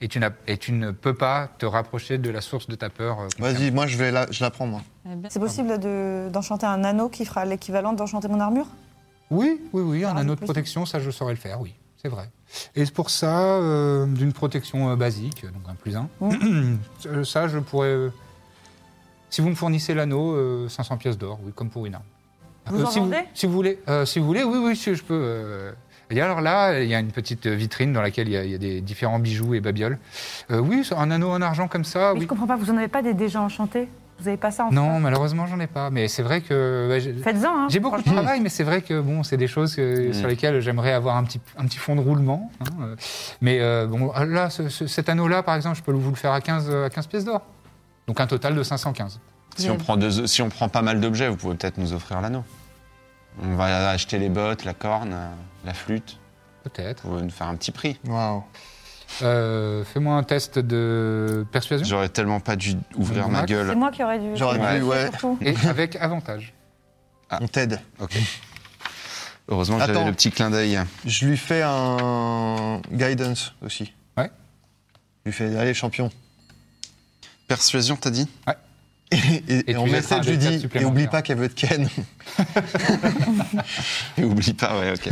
Speaker 2: Et, tu n'as- et tu ne peux pas te rapprocher de la source de ta peur. euh, consciemment.
Speaker 4: Vas-y, moi je vais la, je la prends, moi.
Speaker 3: Eh bien,
Speaker 6: C'est
Speaker 7: Ah
Speaker 6: possible de- d'enchanter un anneau qui fera l'équivalent d'enchanter mon armure
Speaker 2: Ah Oui, oui, oui, un
Speaker 6: Ah,
Speaker 2: anneau de
Speaker 6: possible.
Speaker 2: protection, ça je saurais le faire, oui, c'est vrai. Et c'est pour ça, euh, d'une protection euh, basique, donc un plus un,
Speaker 6: Mm.
Speaker 2: [clears throat] euh, ça je pourrais. euh, si vous me fournissez l'anneau, euh, 500 pièces d'or, oui, comme pour une arme.
Speaker 6: Vous en
Speaker 2: si, vous,
Speaker 6: vendez
Speaker 2: si vous voulez, euh, si vous voulez, oui, oui, si je peux. euh. Et alors là, il y a une petite euh, vitrine dans laquelle il y a, il y a des différents bijoux et babioles. Euh, oui, un anneau en argent comme ça,
Speaker 6: Mais
Speaker 2: oui.
Speaker 6: je comprends pas, vous en avez pas des déjà enchantés Vous avez pas ça en
Speaker 2: Non,
Speaker 6: stock
Speaker 2: malheureusement, j'en ai pas. Mais c'est vrai que. ouais, j'ai-
Speaker 6: Faites-en, hein.
Speaker 2: j'ai beaucoup de travail, mais c'est vrai que bon, c'est des choses que-
Speaker 5: Mm.
Speaker 2: sur lesquelles j'aimerais avoir un petit, un petit fond de roulement. hein, euh. Mais euh, bon, là, ce- ce- cet anneau-là, par exemple, je peux vous le faire à 15, euh, à 15 pièces d'or. Donc un total de 515.
Speaker 5: Si on, prend deux- si on prend pas mal d'objets, vous pouvez peut-être nous offrir l'anneau. On va acheter les bottes, la corne, euh, la flûte.
Speaker 2: Peut-être.
Speaker 5: Vous pouvez nous faire un petit prix.
Speaker 4: Waouh.
Speaker 2: Euh, Fais-moi un test de persuasion.
Speaker 5: J'aurais tellement pas dû ouvrir
Speaker 2: Max.
Speaker 5: ma
Speaker 6: C'est
Speaker 5: gueule.
Speaker 6: moi qui aurais dû.
Speaker 4: J'aurais
Speaker 6: le
Speaker 4: dû,
Speaker 6: faire
Speaker 4: ouais.
Speaker 6: surtout.
Speaker 2: Et avec avantage.
Speaker 4: On t'aide.
Speaker 5: Ok. Heureusement que j'avais
Speaker 4: Attends.
Speaker 5: le petit clin d'œil.
Speaker 4: Je lui fais un guidance aussi.
Speaker 2: Ouais.
Speaker 4: Je lui fais allez champion. [laughs]
Speaker 5: Persuasion,
Speaker 2: [laughs]
Speaker 5: t'as dit
Speaker 4: Et, et- et
Speaker 2: tu
Speaker 4: en
Speaker 2: lui
Speaker 4: message,
Speaker 2: mettras
Speaker 4: je lui
Speaker 2: un D4
Speaker 4: dis et oublie
Speaker 2: supplémentaire.
Speaker 4: pas qu'elle veut te ken. [laughs]
Speaker 5: Et oublie pas, ouais, [laughs] ok.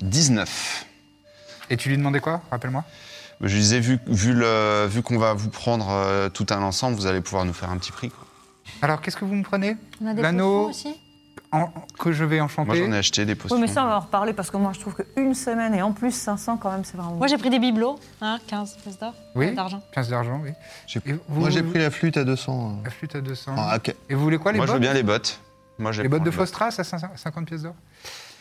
Speaker 5: 19.
Speaker 2: Et tu lui demandais quoi Rappelle-moi.
Speaker 5: Je disais, vu, vu, le- vu qu'on va vous prendre euh, tout un ensemble, vous allez pouvoir nous faire un petit prix. quoi.
Speaker 2: Alors, qu'est-ce que vous me prenez
Speaker 3: On a des
Speaker 2: L'anneau.
Speaker 3: potions aussi
Speaker 2: En- que je vais
Speaker 5: Moi,
Speaker 2: enchanter
Speaker 5: j'en ai acheté des potions.
Speaker 6: Oui, mais ça, on va en reparler parce que moi, je trouve qu'une semaine et en plus 500, quand même, c'est vraiment.
Speaker 3: Moi, j'ai pris des bibelots, hein, 15 pièces d'or, euh,
Speaker 2: Oui.
Speaker 3: d'argent.
Speaker 2: 15 d'argent, oui.
Speaker 4: J'ai-
Speaker 2: Et vous-
Speaker 4: Moi j'ai pris la flûte à 200.
Speaker 2: La flûte à 200.
Speaker 4: Ah, ok.
Speaker 2: Et vous voulez quoi, les
Speaker 5: Moi, je veux
Speaker 2: bottes
Speaker 5: bien les bottes. Moi, je
Speaker 2: Les bottes de
Speaker 5: prends
Speaker 2: Faustras à 500 50 pièces d'or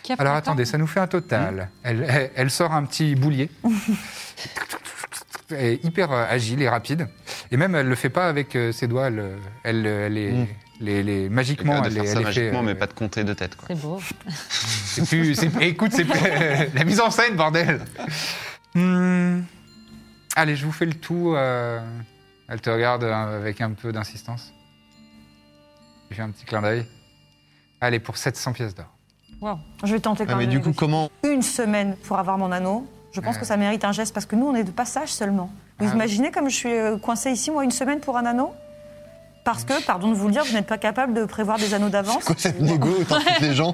Speaker 3: Qui a pris
Speaker 2: Alors
Speaker 3: le
Speaker 2: attendez,
Speaker 3: temps
Speaker 2: ça nous fait un
Speaker 5: Hein
Speaker 2: total. Elle, elle- elle sort un petit boulier.
Speaker 5: [laughs]
Speaker 2: Elle est hyper euh, agile et rapide. Et même, elle le fait pas avec euh, ses doigts. Elle, elle, elle est, les, les-
Speaker 5: les bottes.
Speaker 2: magiquement,
Speaker 5: Hmm. de
Speaker 2: elle,
Speaker 5: faire
Speaker 2: est-
Speaker 5: ça
Speaker 2: elle est fait,
Speaker 5: magiquement,
Speaker 2: euh,
Speaker 5: mais pas de compter de tête. Quoi.
Speaker 7: C'est beau.
Speaker 2: c'est plus- c'est- écoute,
Speaker 5: [laughs]
Speaker 2: c'est plus- la mise en scène, bordel. Hmm. Allez, je vous fais le tout. euh, Elle te regarde euh, avec un peu d'insistance. J'ai fait un petit clin d'œil. Allez, pour 700 pièces d'or.
Speaker 6: Je vais tenter quand
Speaker 4: Ah, mais
Speaker 6: même.
Speaker 4: du
Speaker 6: de
Speaker 4: coup
Speaker 6: négocier.
Speaker 4: comment
Speaker 6: Une semaine pour avoir mon anneau, je pense que ça mérite un geste parce que nous, on est de passage seulement. Vous
Speaker 2: Ah.
Speaker 6: imaginez comme je suis euh, coincée ici, moi, une semaine pour un anneau Parce que, pardon de vous le dire, vous n'êtes pas capable de prévoir des anneaux d'avance.
Speaker 4: Quoi cette négo où t'insultes les gens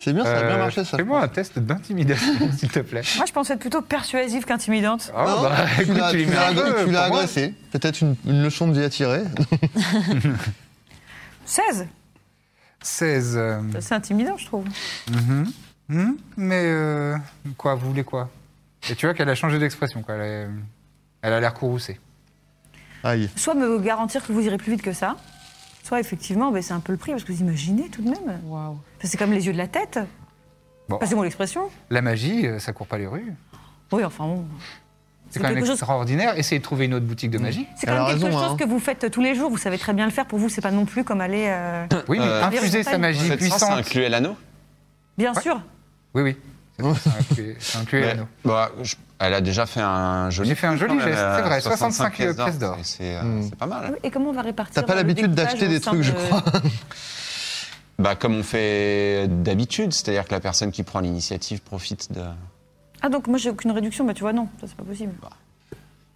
Speaker 4: C'est bien, ça a bien
Speaker 2: Euh,
Speaker 4: marché ça.
Speaker 2: Fais-moi un test d'intimidation, [laughs] s'il te plaît.
Speaker 6: Moi, je pense être plutôt persuasive qu'intimidante.
Speaker 2: Oh,
Speaker 4: Non,
Speaker 2: bah,
Speaker 4: tu
Speaker 2: écoute,
Speaker 4: l'as-
Speaker 2: tu lui
Speaker 4: tu
Speaker 2: mets un
Speaker 4: l'as
Speaker 2: peu,
Speaker 4: tu l'as
Speaker 2: pour moi.
Speaker 4: agressé. Peut-être une, une leçon de vie à tirer.
Speaker 6: 16
Speaker 2: 16. euh,
Speaker 6: C'est intimidant, je trouve.
Speaker 2: hmm, mais euh, quoi, vous voulez quoi Et tu vois qu'elle a changé d'expression, quoi. Elle, est- elle a l'air courroucée.
Speaker 4: Aïe.
Speaker 6: Soit me garantir que vous irez plus vite que ça, soit effectivement, ben, c'est un peu le prix, parce que vous imaginez tout de même.
Speaker 7: Waouh.
Speaker 6: Enfin, C'est comme les yeux de la tête.
Speaker 2: Bon.
Speaker 6: Passez-moi l'expression.
Speaker 2: La magie, euh, ça court pas les rues.
Speaker 6: Oui, enfin bon.
Speaker 2: C'est quand même
Speaker 6: quelque chose-
Speaker 2: extraordinaire. Essayez de trouver une autre boutique de magie.
Speaker 6: C'est quand
Speaker 4: Elle a
Speaker 6: même quelque
Speaker 4: raison,
Speaker 6: chose
Speaker 4: hein.
Speaker 6: que vous faites tous les jours, vous savez très bien le faire. Pour vous, c'est pas non plus comme aller. euh,
Speaker 2: Oui, mais
Speaker 5: Euh,
Speaker 2: infuser sa magie
Speaker 5: 700, ça
Speaker 2: puissante.
Speaker 5: incluait l'anneau
Speaker 6: Bien sûr,
Speaker 4: [laughs]
Speaker 2: Oui, oui. Ça inclut- Ça inclut
Speaker 5: Ouais.
Speaker 2: l'anneau.
Speaker 5: Bah, je- Elle a déjà fait un joli
Speaker 2: J'ai fait un
Speaker 5: prix,
Speaker 2: joli
Speaker 5: quand même,
Speaker 2: geste,
Speaker 5: euh,
Speaker 2: c'est vrai, 65 pièces d'or. Hmm.
Speaker 5: c'est- C'est euh,
Speaker 4: Mm.
Speaker 5: c'est pas mal.
Speaker 6: Et comment on va répartir
Speaker 4: T'as pas
Speaker 6: dans le
Speaker 4: l'habitude
Speaker 6: découpage
Speaker 4: d'acheter
Speaker 6: au
Speaker 4: des
Speaker 6: sein
Speaker 4: trucs, je
Speaker 2: [laughs]
Speaker 6: de-
Speaker 4: crois.
Speaker 5: Bah, comme on fait d'habitude, c'est-à-dire que la personne qui prend l'initiative profite de.
Speaker 6: Ah, donc moi j'ai aucune réduction, bah tu vois, non, ça c'est pas possible.
Speaker 2: Bah.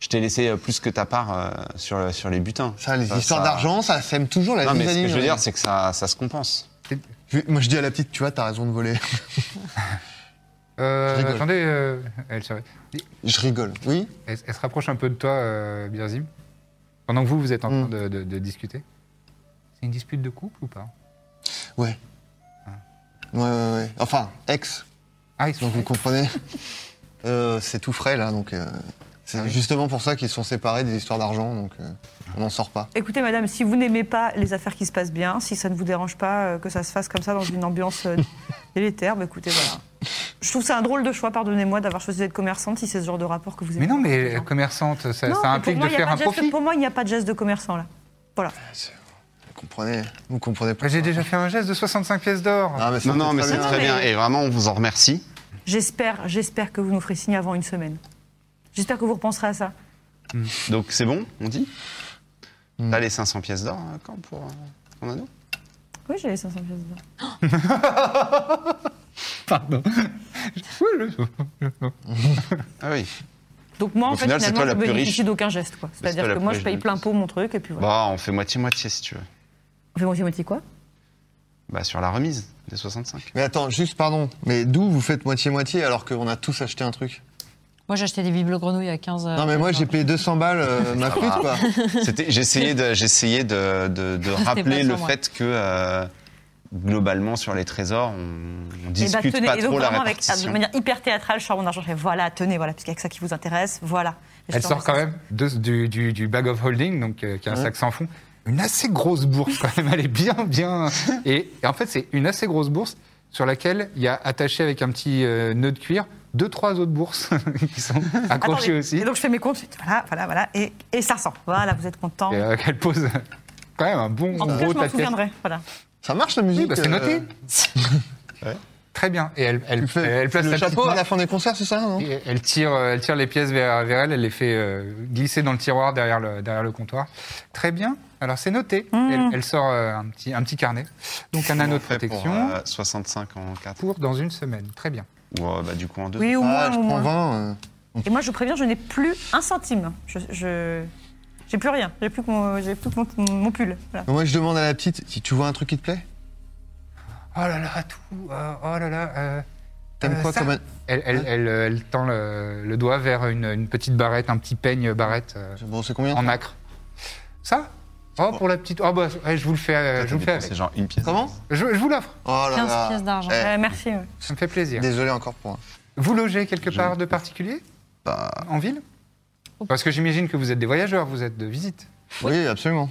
Speaker 5: Je t'ai laissé euh, plus que ta part euh, sur, le- sur les butins.
Speaker 4: Ça, les histoires d'argent, ça sème toujours la
Speaker 5: Ah, Non, mais ce que
Speaker 4: zizanie,
Speaker 5: je veux
Speaker 4: hein.
Speaker 5: dire, c'est que ça, ça se compense.
Speaker 4: Je- Moi, je dis à la petite, tu vois, t'as raison de voler.
Speaker 2: Euh,
Speaker 4: Je rigole.
Speaker 2: attendez, euh, elle, se...
Speaker 4: je rigole. Oui
Speaker 2: elle- elle se rapproche un peu de toi, euh, Birzim. Pendant que vous, vous êtes en train
Speaker 4: Hmm.
Speaker 2: de, de- de discuter. C'est une dispute de couple ou pas
Speaker 4: Ouais. Ouais, ouais, ouais. Enfin, ex.
Speaker 2: Ah, ils sont.
Speaker 4: Donc, vous comprenez Euh, C'est tout frais, là. Donc, euh, c'est justement pour ça qu'ils sont séparés des histoires d'argent. Donc, euh, on n'en sort pas.
Speaker 6: Écoutez, madame, si vous n'aimez pas les affaires qui se passent bien, si ça ne vous dérange pas euh, que ça se fasse comme ça dans une ambiance
Speaker 2: [laughs]
Speaker 6: euh, délétère, bah écoutez, voilà. Je trouve ça un drôle de choix, pardonnez-moi, d'avoir choisi d'être commerçante si c'est ce genre de rapport que vous
Speaker 2: Mais
Speaker 6: aimez.
Speaker 2: non,
Speaker 6: pas.
Speaker 2: mais euh, commerçante, ça, ça
Speaker 6: Non, mais pour
Speaker 2: implique
Speaker 6: moi,
Speaker 2: de
Speaker 6: il y a
Speaker 2: faire
Speaker 6: pas
Speaker 2: un
Speaker 6: de geste-
Speaker 2: profit.
Speaker 6: Pour moi, il n'y a pas de geste de commerçant là. Voilà.
Speaker 4: Vous comprenez Vous comprenez pas.
Speaker 2: Bah, J'ai déjà fait un geste de 65 pièces d'or.
Speaker 4: Ah, mais ça,
Speaker 5: Non, non, mais
Speaker 4: très
Speaker 5: c'est
Speaker 4: bien.
Speaker 5: très
Speaker 6: mais-
Speaker 5: bien. Et vraiment, on vous en remercie.
Speaker 6: J'espère, j'espère que vous nous ferez signe avant une semaine. J'espère que vous repenserez à ça.
Speaker 5: Donc, c'est bon, on dit
Speaker 2: Hmm.
Speaker 5: T'as les 500 pièces d'or, euh, quand, pour euh, ton anneau
Speaker 6: Oui, j'ai les 500 pièces d'or.
Speaker 2: [laughs] Pardon. [laughs] Oui, je-
Speaker 5: Ah oui.
Speaker 6: Donc moi,
Speaker 5: Au
Speaker 6: en fait,
Speaker 5: final, c'est toi
Speaker 6: finalement, je
Speaker 5: la plus
Speaker 6: bénéficie
Speaker 5: riche.
Speaker 6: d'aucun geste. quoi.
Speaker 5: c'est toi
Speaker 6: C'est-à-dire
Speaker 5: la
Speaker 6: que
Speaker 5: plus
Speaker 6: moi, je
Speaker 5: riche
Speaker 6: paye
Speaker 5: de
Speaker 6: plein
Speaker 5: tous.
Speaker 6: pot mon truc, et puis voilà.
Speaker 5: Bah, on fait moitié-moitié, si tu veux.
Speaker 6: On fait moitié-moitié quoi Eh
Speaker 5: Bah, sur la remise des 65.
Speaker 4: Mais attends, juste pardon. Mais d'où vous faites moitié-moitié alors qu'on a tous acheté un truc
Speaker 3: Moi, j'ai acheté des bibelots grenouilles à 15
Speaker 4: Non, mais moi, j'ai payé 200 balles euh, ma flûte, quoi.
Speaker 5: C'était- J'essayais de, j'essayais de, de- de rappeler
Speaker 3: pas
Speaker 5: le
Speaker 3: sur moi.
Speaker 5: fait que, euh, globalement, sur les trésors, on, on
Speaker 6: Eh ben,
Speaker 5: discute
Speaker 6: tenez,
Speaker 5: pas
Speaker 6: et donc
Speaker 5: trop la
Speaker 6: vraiment avec,
Speaker 5: répartition.
Speaker 6: de manière hyper théâtrale, je sors mon argent, je fais voilà, tenez, voilà, puisqu'il y a que ça qui vous intéresse, voilà. Et je
Speaker 2: Elle
Speaker 6: sors
Speaker 2: sort
Speaker 6: mes
Speaker 2: quand
Speaker 6: 500.
Speaker 2: même de- du, du- du bag of holding, donc euh, qui est un sac sans fond. Une assez grosse bourse quand même. [laughs] Elle est bien, bien. Et, et en fait, c'est une assez grosse bourse sur laquelle il y a attaché avec un petit euh, nœud de cuir deux, trois autres bourses [laughs] qui sont accrochées
Speaker 6: Attendez.
Speaker 2: aussi.
Speaker 6: Et donc je fais mes comptes, voilà, voilà, voilà, et, et 500. Voilà, vous êtes content.
Speaker 2: Et, euh, qu'elle pose quand même un bon
Speaker 6: en tout cas,
Speaker 2: gros
Speaker 6: je m'en
Speaker 2: tas de pièces. bah,
Speaker 4: euh,
Speaker 6: souviendrai. Voilà.
Speaker 5: euh, [laughs]
Speaker 4: Ça marche la musique
Speaker 2: Oui, bah, c'est
Speaker 4: euh,
Speaker 2: noté. Très bien. Et elle, elle,
Speaker 4: Tu fais
Speaker 2: elle place
Speaker 4: le
Speaker 2: la
Speaker 4: chapeau
Speaker 2: petite
Speaker 4: à la fin des concerts, c'est ça non
Speaker 2: Et elle tire, euh, elle tire les pièces vers, vers elle, elle les fait euh, glisser dans le tiroir derrière le, derrière le comptoir. Très bien. Alors c'est noté.
Speaker 5: Hmm.
Speaker 2: Elle, elle sort euh, un, petit, un petit carnet. Donc un anneau de
Speaker 5: Fait pour
Speaker 2: protection pour,
Speaker 5: euh, 65 en 4.
Speaker 2: dans une semaine. Très bien.
Speaker 5: Ou euh, bah, du coup en 2.
Speaker 6: Oui, au moins,
Speaker 4: Ah, je
Speaker 6: au
Speaker 4: prends
Speaker 6: moins.
Speaker 4: 20. euh.
Speaker 6: Et moi, je vous préviens, je n'ai plus un centime. Je, je- j'ai plus rien. J'ai plus que mon, j'ai plus que mon, mon pull. Voilà.
Speaker 4: Moi, je demande à la petite si tu vois un truc qui te plaît.
Speaker 2: Oh là là, tout. euh, oh là là. euh,
Speaker 4: T'aimes
Speaker 2: euh,
Speaker 4: quoi
Speaker 2: ça.
Speaker 4: comme un-
Speaker 2: elle, elle, elle, euh, elle tend le, le doigt vers une, une petite barrette, un petit peigne barrette euh,
Speaker 4: Bon, c'est combien
Speaker 2: en acre. Ça Oh, pour la petite. Oh, bah, ouais, je vous le fais, euh, je vous le fais
Speaker 5: C'est
Speaker 2: avec.
Speaker 5: genre une pièce.
Speaker 4: Comment
Speaker 2: Je, je vous l'offre.
Speaker 4: Oh là
Speaker 3: 15
Speaker 4: là.
Speaker 3: pièces d'argent.
Speaker 4: Eh,
Speaker 6: Euh, merci. ouais.
Speaker 2: Ça me fait plaisir.
Speaker 4: Désolé encore pour.
Speaker 2: Vous logez quelque part de particulier
Speaker 4: Bah,
Speaker 2: En ville Parce que j'imagine que vous êtes des voyageurs, vous êtes de visite.
Speaker 4: oui, absolument.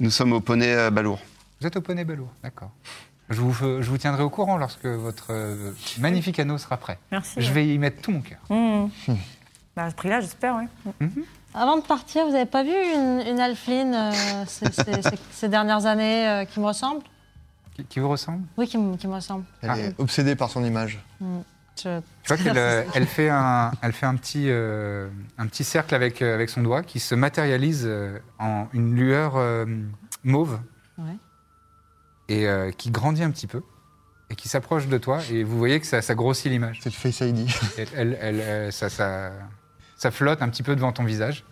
Speaker 5: Nous sommes au poney euh, Balourd.
Speaker 2: Vous êtes au Poney Belour, d'accord. Je vous, fe- je vous tiendrai au courant lorsque votre euh, magnifique anneau sera prêt.
Speaker 6: Merci.
Speaker 2: Je
Speaker 6: ouais.
Speaker 2: vais y mettre tout mon cœur.
Speaker 6: Mmh. Bah, à ce prix-là, j'espère, oui.
Speaker 3: Avant de partir, vous n'avez pas vu une, une alpheline, euh, ces, ces- ces- ces dernières années euh, qui me ressemble
Speaker 2: Qui, qui vous ressemble
Speaker 3: Oui, qui, me- qui me ressemble.
Speaker 4: Elle
Speaker 2: Ah.
Speaker 4: est obsédée par son image.
Speaker 3: Je-
Speaker 2: Tu vois qu'elle euh, elle fait, un, elle fait un, petit, euh, un petit cercle avec, euh, avec son doigt qui se matérialise euh, en une lueur euh, mauve
Speaker 3: Ouais.
Speaker 2: et euh, qui grandit un petit peu et qui s'approche de toi et vous voyez que ça, ça grossit l'image.
Speaker 4: C'est le Face ID.
Speaker 2: Elle, elle- elle, euh, ça, ça, ça flotte un petit peu devant ton visage.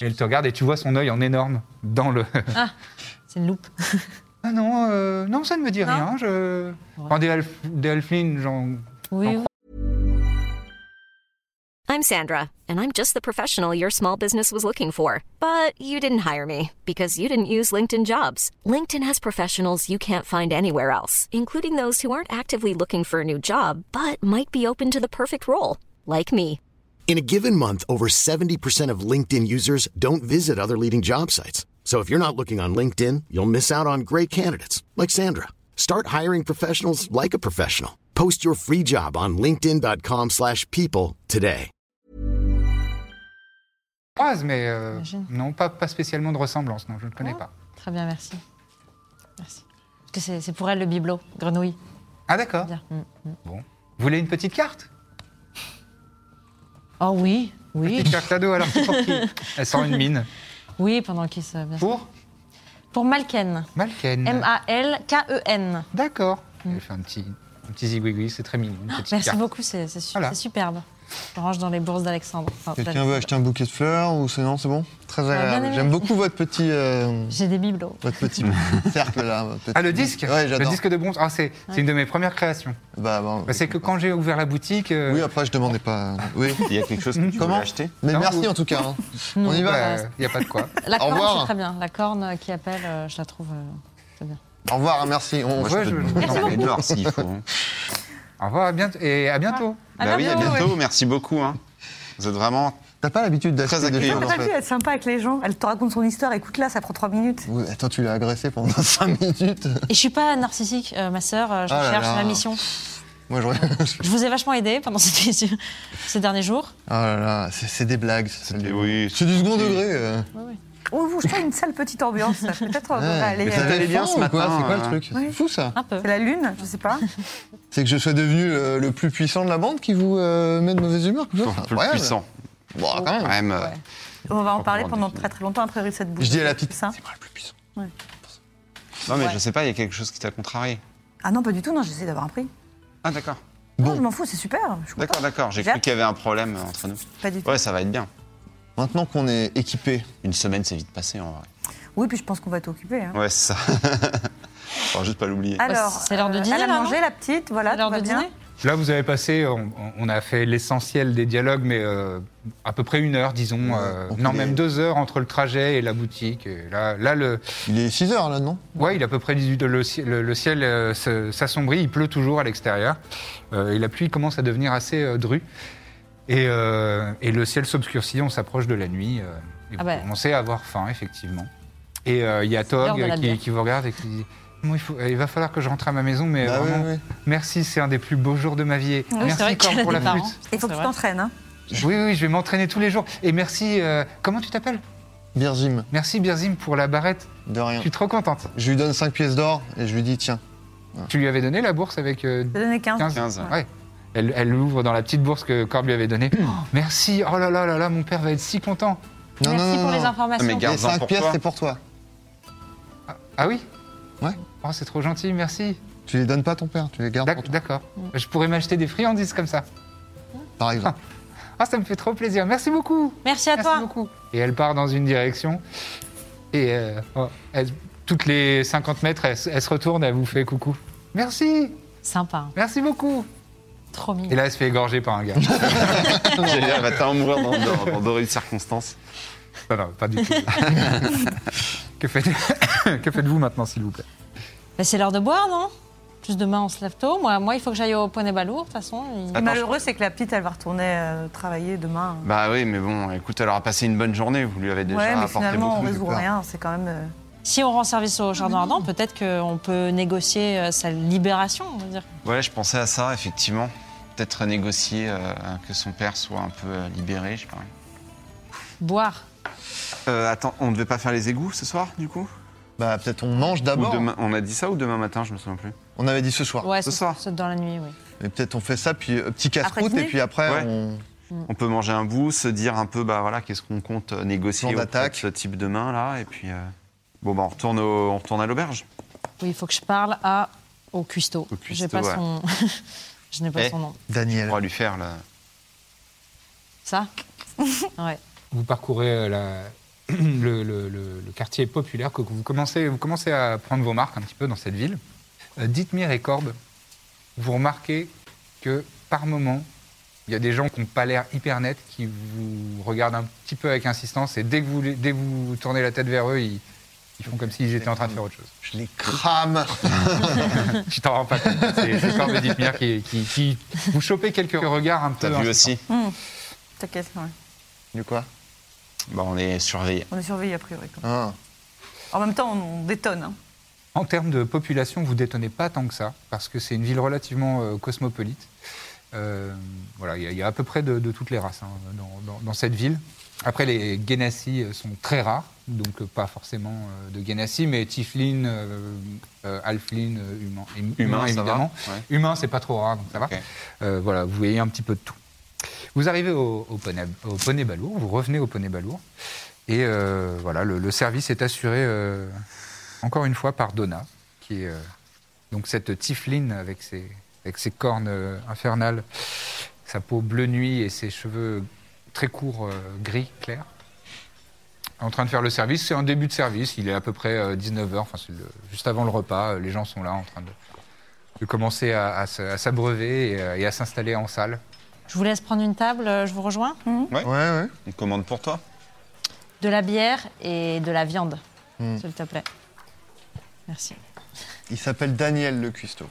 Speaker 2: Et elle te regarde et tu vois son œil en énorme dans le. [laughs]
Speaker 3: C'est une loupe. [laughs]
Speaker 2: ah non, euh, non, ça ne me dit
Speaker 3: Non.
Speaker 2: rien. Je... Enfin, des, half- des halflings, genre.
Speaker 3: Oui, oui.
Speaker 8: I'm Sandra, and I'm just the professional your small business was looking for. But you didn't hire me because you didn't use LinkedIn jobs. LinkedIn has professionals you can't find anywhere else, including those who aren't actively looking for a new job but might be open to the perfect role, like me.
Speaker 9: In a given month, over 70% of LinkedIn users don't visit other leading job sites. So if you're not looking on LinkedIn, you'll miss out on great candidates like Sandra. Start hiring professionals like a professional. Post your free job on linkedin.com/people slash people today.
Speaker 2: croise, mais euh,
Speaker 3: Imagine.
Speaker 2: non, pas, pas spécialement de ressemblance. Non, je ne connais
Speaker 3: Ah.
Speaker 2: pas.
Speaker 3: Très bien, merci. Merci. Parce que c'est c'est pour elle le bibelot, grenouille.
Speaker 2: Ah d'accord.
Speaker 3: Bien. Mm.
Speaker 2: Bon. Vous voulez une petite carte
Speaker 3: Oh oui, oui,
Speaker 2: Petite carte cadeau alors c'est pour
Speaker 3: [laughs]
Speaker 2: qui Elle sent une mine.
Speaker 3: oui, pendant qu'il se... bien sûr.
Speaker 2: Pour Mm.
Speaker 3: Pour Malken.
Speaker 2: Malken.
Speaker 3: M-A-L-K-E-N.
Speaker 2: D'accord. Elle fait un petit, un petit zigouigoui, c'est très mignon. une petite
Speaker 3: Mm. Ah, Merci
Speaker 2: carte.
Speaker 3: beaucoup, c'est c'est su-
Speaker 2: Voilà.
Speaker 3: c'est superbe. Je range dans les bourses d'Alexandre. Enfin,
Speaker 4: Quelqu'un
Speaker 3: d'Alexandre.
Speaker 4: veut acheter un bouquet de fleurs ou c'est non, c'est bon Très agréable.
Speaker 3: aimé.
Speaker 4: J'aime beaucoup votre petit. euh,
Speaker 3: J'ai des bibelots.
Speaker 4: Votre petit cercle là. votre petit-
Speaker 2: Ah le disque
Speaker 4: Ouais,
Speaker 2: Le
Speaker 4: j'adore.
Speaker 2: disque de bronze. Ah c'est c'est une de mes premières créations.
Speaker 4: Bah, bah,
Speaker 2: Bah, c'est que quand j'ai ouvert la boutique. euh,
Speaker 4: Oui, après, je demandais pas. Oui.
Speaker 5: Il y a quelque chose que tu
Speaker 4: Comment
Speaker 5: veux acheter
Speaker 4: Mais
Speaker 2: Non,
Speaker 4: merci
Speaker 2: vous-
Speaker 4: en tout cas. hein.
Speaker 3: Non,
Speaker 4: On y va.
Speaker 2: Il n'y bah, a pas de [laughs] quoi.
Speaker 3: La
Speaker 4: Au
Speaker 3: corne,
Speaker 4: revoir.
Speaker 3: c'est très bien. La corne qui appelle, euh, je la trouve euh, très bien.
Speaker 4: Au revoir, merci. On-
Speaker 5: Moi,
Speaker 2: Ouais,
Speaker 5: je
Speaker 2: je-
Speaker 5: peux
Speaker 2: Merci
Speaker 5: te demander de l'or s'il faut. hein.
Speaker 2: Au revoir à bientôt, et à bientôt.
Speaker 6: Ah,
Speaker 3: À
Speaker 5: bah oui, à
Speaker 3: bientôt,
Speaker 5: bientôt. Merci beaucoup. hein. Vous êtes vraiment.
Speaker 4: T'as pas l'habitude d'acheter
Speaker 5: Très
Speaker 4: des
Speaker 5: accueillant.
Speaker 4: choses en
Speaker 6: T'as vu,
Speaker 4: fait.
Speaker 6: elle est sympa avec les gens. Elle te raconte son histoire. Écoute-la, ça prend trois minutes.
Speaker 4: Oui, attends, tu l'as agressé pendant 5 minutes.
Speaker 3: Et je suis pas narcissique, euh, ma sœur. euh, Je
Speaker 4: Ah là
Speaker 3: cherche
Speaker 4: là.
Speaker 3: ma mission.
Speaker 4: Moi, je. Oh
Speaker 3: Je vous ai vachement aidé pendant [laughs] cette mission- ces derniers jours.
Speaker 4: là là, c'est c'est des blagues.
Speaker 5: C'est
Speaker 4: C'est
Speaker 5: des- oui,
Speaker 4: c'est du second degré. euh.
Speaker 6: Oh, vous, je trouve une sale petite ambiance. Peut-être on
Speaker 4: Ouais.
Speaker 6: devrait aller.
Speaker 4: Mais ça
Speaker 6: euh,
Speaker 4: t'allait bien
Speaker 5: faim
Speaker 4: ce
Speaker 5: ou
Speaker 4: matin.
Speaker 5: quoi
Speaker 4: C'est quoi le
Speaker 5: euh,
Speaker 4: truc C'est fou ça.
Speaker 3: Un peu.
Speaker 6: C'est la lune, je sais pas.
Speaker 4: C'est que je sois devenu euh, le, le plus puissant de la bande qui vous euh, met de mauvaise humeur. comme ça,
Speaker 5: Un
Speaker 4: c'est
Speaker 5: peu
Speaker 4: incroyable.
Speaker 5: puissant.
Speaker 4: Bon, quand même.
Speaker 5: Quand même, euh,
Speaker 6: On va en parler
Speaker 5: Franchement,
Speaker 6: pendant
Speaker 5: défini.
Speaker 6: très très longtemps après cette bouche.
Speaker 4: Je dis à la petite.
Speaker 6: Ça.
Speaker 4: C'est moi le plus puissant.
Speaker 5: Non, mais
Speaker 3: Ouais.
Speaker 5: je sais pas, il y a quelque chose qui t'a contrarié.
Speaker 6: Ah non, pas du tout. Non, j'essaie d'avoir un prix.
Speaker 5: Ah, d'accord.
Speaker 6: Non, je m'en fous, c'est super. Je suis
Speaker 5: D'accord,
Speaker 6: contente.
Speaker 5: d'accord. J'ai
Speaker 6: J'ai
Speaker 5: cru
Speaker 6: hâte.
Speaker 5: qu'il y avait un problème euh, entre nous.
Speaker 6: Pas du tout.
Speaker 5: Ouais, ça va être bien.
Speaker 4: Maintenant qu'on est équipé,
Speaker 5: Une semaine, c'est vite passé en vrai.
Speaker 6: Oui, puis je pense qu'on va t'occuper. hein.
Speaker 5: Ouais, c'est ça. [laughs] Faut juste pas l'oublier.
Speaker 6: Alors,
Speaker 3: c'est l'heure de
Speaker 6: euh,
Speaker 3: dîner,
Speaker 6: Elle a
Speaker 3: là, non
Speaker 6: mangé la petite, voilà.
Speaker 3: à l'heure
Speaker 6: tout va
Speaker 3: de
Speaker 6: bien.
Speaker 3: dîner
Speaker 2: Là, vous avez passé, on, on a fait l'essentiel des dialogues, mais euh, à peu près une heure, disons.
Speaker 4: Ouais,
Speaker 2: euh,
Speaker 4: on
Speaker 2: non,
Speaker 4: fait
Speaker 2: même
Speaker 4: des-
Speaker 2: deux heures entre le trajet et la boutique. Et là, là le,
Speaker 4: il est 6 heures là, non
Speaker 2: ouais, il est à peu près 18 Le, ci- le- le ciel euh, se- s'assombrit, il pleut toujours à l'extérieur. Euh, et la pluie commence à devenir assez euh, drue. Et, euh, et le ciel s'obscurcit, on s'approche de la nuit. euh, et
Speaker 3: Ah
Speaker 2: vous
Speaker 3: bah.
Speaker 2: commencez à avoir faim, effectivement. Et euh, il y a
Speaker 3: l'heure
Speaker 2: Tog
Speaker 3: de la
Speaker 2: qui,
Speaker 3: bière.
Speaker 2: qui vous regarde et qui dit Bon, il, faut- il va falloir que je rentre à ma maison, mais
Speaker 4: Bah oui,
Speaker 2: vraiment,
Speaker 4: oui, oui.
Speaker 2: Merci, c'est un des plus beaux jours de ma vie. Et
Speaker 3: Ah Oui, c'est
Speaker 2: merci
Speaker 3: vrai
Speaker 2: encore
Speaker 3: qu'elle a
Speaker 2: pour
Speaker 3: des
Speaker 2: la
Speaker 3: parents.
Speaker 2: flûte.
Speaker 6: Il faut que
Speaker 3: C'est
Speaker 6: tu
Speaker 3: vrai.
Speaker 6: t'entraînes. Hein.
Speaker 2: Oui, oui, je vais m'entraîner tous les jours. Et merci. euh, comment tu t'appelles
Speaker 4: Birzim,
Speaker 2: Merci Birzim pour la barrette.
Speaker 4: de
Speaker 2: Je
Speaker 4: rien.
Speaker 2: suis trop contente.
Speaker 4: Je lui donne 5 pièces d'or et je lui dis tiens,
Speaker 2: Tu lui avais donné la bourse avec euh,
Speaker 6: Je vais donner 15.
Speaker 2: 15
Speaker 5: 15, ouais.
Speaker 2: Ouais. Elle elle l'ouvre dans la petite bourse que Corbe lui avait donnée. Oh, [gasps] merci, oh là là là là, mon père va être si content.
Speaker 4: Non, non,
Speaker 3: Merci
Speaker 4: non,
Speaker 3: pour
Speaker 4: non,
Speaker 3: les
Speaker 4: non.
Speaker 3: informations.
Speaker 5: Mais
Speaker 4: Les
Speaker 5: Garde-en
Speaker 4: 5
Speaker 5: pour
Speaker 4: pièces,
Speaker 5: toi.
Speaker 4: c'est pour toi.
Speaker 2: Ah oui
Speaker 4: Ouais.
Speaker 2: Oh, c'est trop gentil, merci.
Speaker 4: Tu les donnes pas à ton père, tu les gardes pour
Speaker 2: D'ac-
Speaker 4: toi,
Speaker 2: D'accord. Je pourrais m'acheter des friandises comme ça.
Speaker 4: par exemple.
Speaker 2: Ah, ça me fait trop plaisir. Merci beaucoup.
Speaker 3: Merci à
Speaker 2: Merci
Speaker 3: toi.
Speaker 2: beaucoup. Et elle part dans une direction. Et euh, oh, elle- toutes les 50 mètres, elle, se- elle se retourne, elle vous fait coucou. Merci,
Speaker 3: Sympa, hein.
Speaker 2: merci beaucoup.
Speaker 3: trop mignon.
Speaker 2: Et là, elle se fait égorger par un gars.
Speaker 5: [laughs] J'allais dire, [laughs] elle va tellement mourir dans, dans, dans d'horribles circonstances.
Speaker 2: non, non, pas du tout. que faites- que faites-vous maintenant, s'il vous plaît
Speaker 3: Mais c'est l'heure de boire, non Plus demain, on se lève tôt. Moi, moi il faut que j'aille au point des balours, de toute façon. il-
Speaker 6: Le
Speaker 5: Attends,
Speaker 6: malheureux, c'est que la petite, elle va retourner euh, travailler demain.
Speaker 5: Bah oui, mais bon, écoute, elle aura passé une bonne journée. Vous lui avez déjà
Speaker 6: ouais, mais
Speaker 5: apporté
Speaker 6: finalement, on
Speaker 5: beaucoup. j'ai
Speaker 6: résout
Speaker 5: peur.
Speaker 6: rien. C'est quand même. euh,
Speaker 3: Si on rend service au Jardin Ardent, peut-être qu'on peut négocier euh, sa libération, on va dire.
Speaker 5: Ouais, je pensais à ça, effectivement. Peut-être négocier euh, que son père soit un peu euh, libéré, je sais pas.
Speaker 3: Boire.
Speaker 5: Euh, attends, on ne devait pas faire les égouts ce soir, du coup
Speaker 4: Bah, peut-être on mange
Speaker 5: Ou
Speaker 4: d'abord.
Speaker 5: demain- On a dit ça ou demain matin, je me souviens plus.
Speaker 4: On avait dit ce soir.
Speaker 3: Ouais,
Speaker 5: ce
Speaker 3: c'est-
Speaker 5: soir.
Speaker 3: c'est dans la nuit, oui.
Speaker 4: Mais peut-être on fait ça, puis euh, petit
Speaker 6: Après
Speaker 4: casse-croûte,
Speaker 6: dîner
Speaker 4: et puis après,
Speaker 5: Ouais.
Speaker 4: on...
Speaker 5: On peut manger un bout, se dire un peu, bah voilà, qu'est-ce qu'on compte euh, négocier
Speaker 4: Plan
Speaker 5: auprès de
Speaker 4: d'attaque.
Speaker 5: ce type demain, là, et puis... euh, Bon, bah on retourne, au- on retourne à l'auberge.
Speaker 3: Oui, il faut que je parle à... au cuistot.
Speaker 5: Au
Speaker 3: J'ai
Speaker 5: cuistot,
Speaker 3: pas
Speaker 5: ouais.
Speaker 3: son... [laughs] je n'ai pas
Speaker 5: Eh.
Speaker 3: son nom.
Speaker 5: On
Speaker 4: Daniel.
Speaker 5: va lui faire la...
Speaker 3: Ça Ouais.
Speaker 2: vous parcourez euh, la- [clears throat] le, le- le- le quartier populaire, que vous commencez, vous commencez à prendre vos marques un petit peu dans cette ville. Euh, Dites-moi et Corbe, vous remarquez que par moment, il y a des gens qui n'ont pas l'air hyper nets, qui vous regardent un petit peu avec insistance, et dès que vous, les- dès que vous tournez la tête vers eux, ils, ils font comme s'ils étaient en train de faire autre chose. [laughs]
Speaker 4: Je les crame.
Speaker 2: Je t'en rends pas compte. C'est c'est Corbe et Dites-moi qui, qui- qui- Vous chopez quelques regards un peu.
Speaker 5: T'as vu
Speaker 2: insistants.
Speaker 5: aussi
Speaker 6: euh,
Speaker 7: Hmm.
Speaker 6: T'inquiète, ouais.
Speaker 4: Du quoi
Speaker 5: Bah on est surveillé.
Speaker 6: on est surveillé a priori. quoi.
Speaker 4: Ah.
Speaker 6: En même temps, on, on détonne. hein.
Speaker 2: En termes de population, vous détonnez pas tant que ça, parce que c'est une ville relativement euh, cosmopolite. Euh, voilà, il y, a- il y a à peu près de, de toutes les races hein, dans, dans- dans cette ville. Après, les Guénassis euh, sont très rares, donc euh, pas forcément euh, de Guénassis, mais Tiflin, euh, euh, Alflin, euh, humain, hum-
Speaker 5: Humain,
Speaker 2: humain,
Speaker 5: ça
Speaker 2: évidemment.
Speaker 5: va, ouais.
Speaker 2: Humain, c'est pas trop rare, donc ça va.
Speaker 5: Ok.
Speaker 2: Euh, voilà, vous voyez un petit peu de tout. Vous arrivez au, au poney, au poney balourd, vous revenez au poney balourd, et euh, voilà, le, le service est assuré euh, encore une fois par Donna, qui est euh, donc cette tifline avec ses, avec ses cornes euh, infernales, sa peau bleu nuit et ses cheveux très courts euh, gris clair. En train de faire le service, c'est un début de service, il est à peu près 19h, enfin c'est le- juste avant le repas, euh, les gens sont là en train de, de commencer à, à se- à s'abreuver et, euh, et à s'installer en salle.
Speaker 3: Je vous laisse prendre une table, euh, je vous rejoins.
Speaker 4: Ouais, ouais.
Speaker 5: On commande pour toi
Speaker 3: De la bière et de la viande,
Speaker 5: Hmm.
Speaker 3: s'il te plaît. Merci.
Speaker 4: Il s'appelle Daniel le cuistot.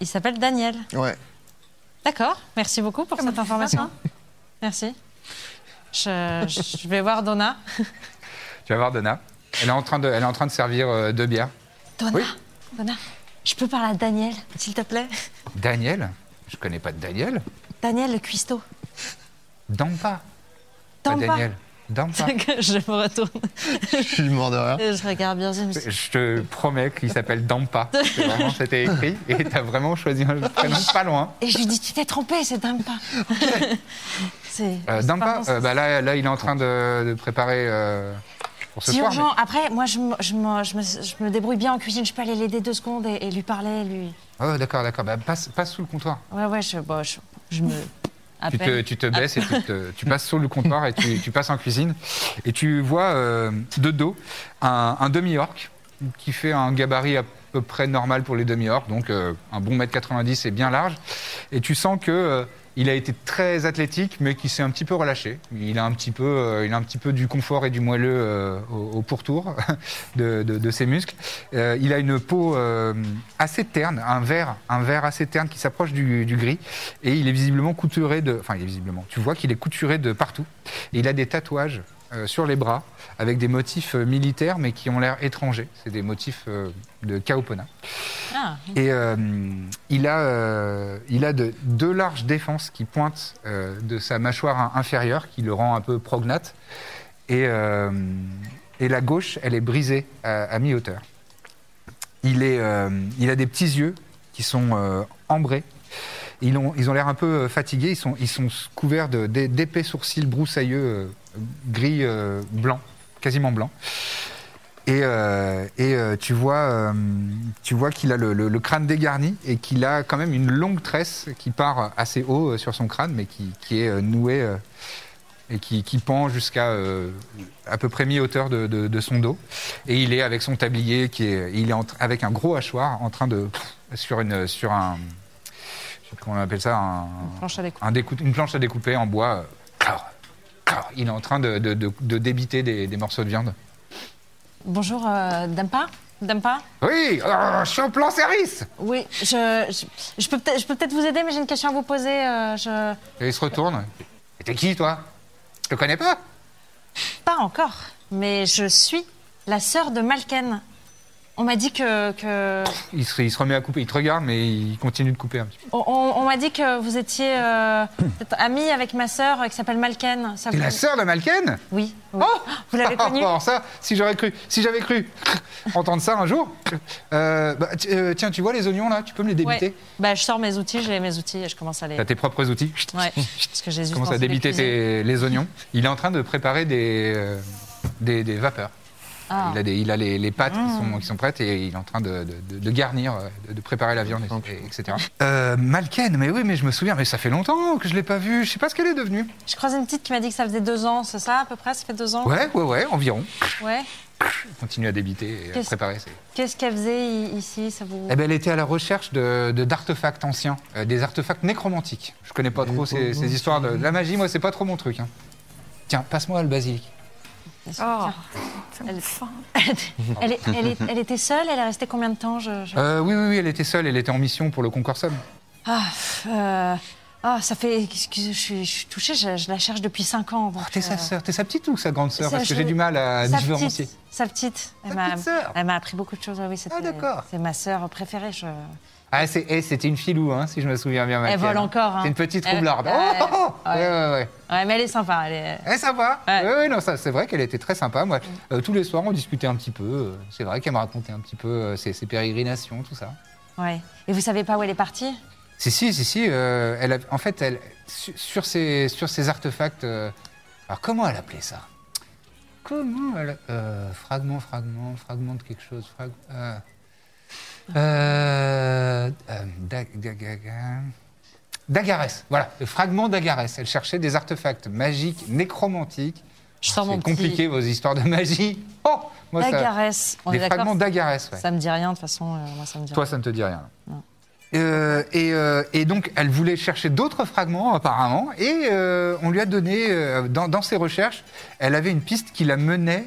Speaker 3: Il s'appelle Daniel.
Speaker 4: Ouais.
Speaker 3: D'accord, merci beaucoup pour cette information. Merci. Je, je vais voir Donna.
Speaker 2: Tu vas voir Donna. Elle est en train de, elle est en train de servir euh, deux bières.
Speaker 3: Donna,
Speaker 2: Oui.
Speaker 3: Donna, je peux parler à Daniel, s'il te plaît
Speaker 2: Daniel Je connais pas de Daniel.
Speaker 3: Daniel le cuistot.
Speaker 2: Dampa. Pas
Speaker 3: Dampa.
Speaker 2: Daniel. Dampa.
Speaker 3: [laughs] je me retourne.
Speaker 4: Je suis mort de rire.
Speaker 6: Euh,
Speaker 3: Et je regarde bien. Je me dis,
Speaker 2: Je te promets qu'il s'appelle Dampa. C'est vraiment, c'était écrit. Et t'as vraiment choisi un prénom pas loin.
Speaker 3: Et je lui dis, tu t'es trompé, c'est dingue pas. [laughs] c'est
Speaker 2: Euh,
Speaker 3: c'est pas
Speaker 2: Dampa,
Speaker 3: bon, ça.
Speaker 2: euh, bah là, là, il est en train de, de préparer euh, pour ce
Speaker 3: C'est
Speaker 2: soir.
Speaker 3: urgent. Après, moi, je me, je, me, je me- je me débrouille bien en cuisine. Je peux aller l'aider deux secondes et, et lui parler. Lui...
Speaker 2: mais- Oh, d'accord, d'accord. Bah, passe, passe sous le comptoir.
Speaker 3: Ouais, ouais, je, bon, je, je me. à
Speaker 2: Tu te,
Speaker 3: peine.
Speaker 2: tu te baisses et tu, te- tu passes sur le comptoir et
Speaker 3: [laughs]
Speaker 2: tu, tu passes en cuisine. Et tu vois euh, de dos un, un demi-orc qui fait un gabarit à peu près normal pour les demi-orcs, donc euh, un bon mètre 90 et bien large. Et tu sens que euh, il a été très athlétique, mais qu'il s'est un petit peu relâché. Il a un petit peu, euh, il a un petit peu du confort et du moelleux euh, au, au pourtour [laughs] de, de- de ses muscles. Euh, il a une peau euh, assez terne, un vert, un vert assez terne qui s'approche du, du gris. Et il est visiblement couturé de. Enfin, il est visiblement. Tu vois qu'il est couturé de partout. Et il a des tatouages euh, sur les bras avec des motifs euh, militaires, mais qui ont l'air étrangers. C'est des motifs euh, de Kaopona.
Speaker 3: Ah,
Speaker 2: Et euh, il a, euh, il a de, deux larges défenses qui pointent euh, de sa mâchoire in- inférieure, qui le rend un peu prognate. Et, euh, et la gauche, elle est brisée à, à mi-hauteur. Il, est, euh, il a des petits yeux qui sont euh, ambrés. Ils ont ils ont l'air un peu euh, fatigués. Ils sont, ils sont couverts de- d'é- d'épais sourcils broussailleux, euh, gris, euh, blanc, quasiment blanc. Et, euh, et, euh, tu vois, euh, tu vois qu'il a le, le- le crâne dégarni et qu'il a quand même une longue tresse qui part assez haut euh, sur son crâne, mais qui, qui est euh, nouée euh, et qui, qui pend jusqu'à euh, à peu près mi-hauteur de, de- de son dos. Et il est avec son tablier, qui est, il est en tra- avec un gros hachoir en train de. sur, une, sur un. je sais plus Comment on appelle ça un,
Speaker 3: Planche à l'écoute.
Speaker 2: un décou- Une planche à découper en bois. euh, clac, clac. Il est en train de, de- de- de débiter des- des morceaux de viande.
Speaker 3: Bonjour, euh, Dampa Dampa
Speaker 2: Oui, euh, je suis au plan service
Speaker 3: Oui, je, je, je peux peut-être je peux peut-être vous aider, mais j'ai une question à vous poser. euh, je...
Speaker 2: Et il se retourne. Et T'es qui, toi Je te connais pas
Speaker 3: Pas encore, mais je suis la sœur de Malken. On m'a dit que... que-
Speaker 2: il se, il se remet à couper, il te regarde, mais il continue de couper un petit peu.
Speaker 3: on on- on m'a dit que vous étiez
Speaker 2: [laughs]
Speaker 3: euh, peut-être amie avec ma sœur euh, qui s'appelle Malken. Ça
Speaker 2: T'es
Speaker 3: vous-
Speaker 2: la sœur de Malken
Speaker 3: Oui. oui.
Speaker 2: Oh
Speaker 3: Ah vous
Speaker 2: [laughs]
Speaker 3: l'avez connue
Speaker 2: Alors ça, si j'aurais cru, si j'avais cru [laughs] entendre ça un jour. Euh, bah, ti- euh, tiens, tu vois les oignons là Tu peux me les débiter
Speaker 3: Ouais. Bah, je sors mes outils, j'ai mes outils et je commence à les.
Speaker 2: T'as tes propres outils. [laughs]
Speaker 3: Ouais, parce que j'ai
Speaker 2: Tu
Speaker 3: juste
Speaker 2: commences
Speaker 3: envie
Speaker 2: à
Speaker 3: de
Speaker 2: débiter
Speaker 3: cuisiner.
Speaker 2: tes- les oignons. Il est en train de préparer des, euh, des, des vapeurs.
Speaker 3: Ah.
Speaker 2: Il a, des- il a les, les pâtes qui, sont, qui sont prêtes et il est en train de, de- de- de garnir, euh, de, de préparer la viande, et- et- etc. Euh, Malken, mais oui, mais je me souviens, mais ça fait longtemps que je l'ai pas vue. Je sais pas ce qu'elle est devenue.
Speaker 3: Je croise une petite qui m'a dit que ça faisait deux ans, c'est ça à peu près Ça fait deux ans
Speaker 2: Ouais, ouais, ouais, environ.
Speaker 3: Ouais.
Speaker 2: Il continue à débiter et à
Speaker 3: Qu'est-ce-
Speaker 2: préparer. ses-
Speaker 3: Qu'est-ce qu'elle faisait i- ici ça vous...
Speaker 2: Eh ben, elle était à la recherche de de- d'artefacts anciens, euh, des artefacts nécromantiques. Je connais pas trop ces, ces histoires de, de la magie. Moi, c'est pas trop mon truc. hein. Tiens, passe-moi le basilic.
Speaker 6: Oh.
Speaker 3: elle... elle, est- elle est- elle était seule Elle est restée combien de temps je, je-
Speaker 2: Euh, oui, oui, oui, elle était seule, elle était en mission pour le concours Somme.
Speaker 3: Ah, pff, euh, ah, ça fait. excusez, je, suis, je suis touchée, je, je la cherche depuis cinq ans. donc,
Speaker 2: Oh, t'es sa
Speaker 3: euh,
Speaker 2: sœur, Ah, t'es sa petite ou sa grande sœur
Speaker 3: ça,
Speaker 2: Parce que
Speaker 3: je-
Speaker 2: j'ai du mal à
Speaker 3: sa
Speaker 2: différencier.
Speaker 3: petite, sa petite. Elle
Speaker 2: Sa
Speaker 3: m'a-
Speaker 2: petite sœur.
Speaker 3: Elle m'a appris beaucoup de choses. ouais, Oui, c'était-
Speaker 2: Ah, d'accord.
Speaker 3: C'est ma sœur préférée. je-
Speaker 2: Ah, c'est- eh, c'était une filou, hein, si je me souviens bien. Mathieu,
Speaker 3: vole
Speaker 2: hein.
Speaker 3: encore, hein.
Speaker 2: C'est une petite
Speaker 3: Elle-
Speaker 2: roublarde.
Speaker 3: Ouais,
Speaker 2: oh, oh, oh
Speaker 3: ouais.
Speaker 2: ouais, ouais, ouais.
Speaker 3: Ouais, mais elle est sympa. Elle est...
Speaker 2: Eh, sympa.
Speaker 3: Ouais. Mm.
Speaker 2: Oui, oui, non, ça, c'est vrai qu'elle était très sympa. Moi, Euh, tous les soirs, on discutait un petit peu. euh, c'est vrai qu'elle m'a raconté un petit peu euh, ses, ses pérégrinations, tout ça.
Speaker 3: Ouais. Et vous savez pas où elle est partie
Speaker 2: Si, si, si, si. euh, elle a- en fait, elle, su- sur, ces, sur ces artefacts. euh, alors, comment elle appelait ça Comment elle. euh, fragment, fragment, fragment de quelque chose. frag- euh, euh, euh, da- da- ga- ga- Dagarès, voilà, le fragment d'Agarès. Elle cherchait des artefacts magiques, nécromantiques.
Speaker 3: Je sors mon
Speaker 2: C'est
Speaker 3: petit-
Speaker 2: compliqué, vos histoires de magie. Oh moi, ça-
Speaker 3: Dagarès. On
Speaker 2: Des
Speaker 3: est d'accord
Speaker 2: fragments d'Agarès, ouais.
Speaker 3: Ça me dit rien, de toute façon. euh, moi, ça me dit
Speaker 2: Toi, ça ne te dit rien. Euh, et, euh, et donc, elle voulait chercher d'autres fragments, apparemment, et euh, on lui a donné, euh, dans, dans ses recherches, elle avait une piste qui la menait,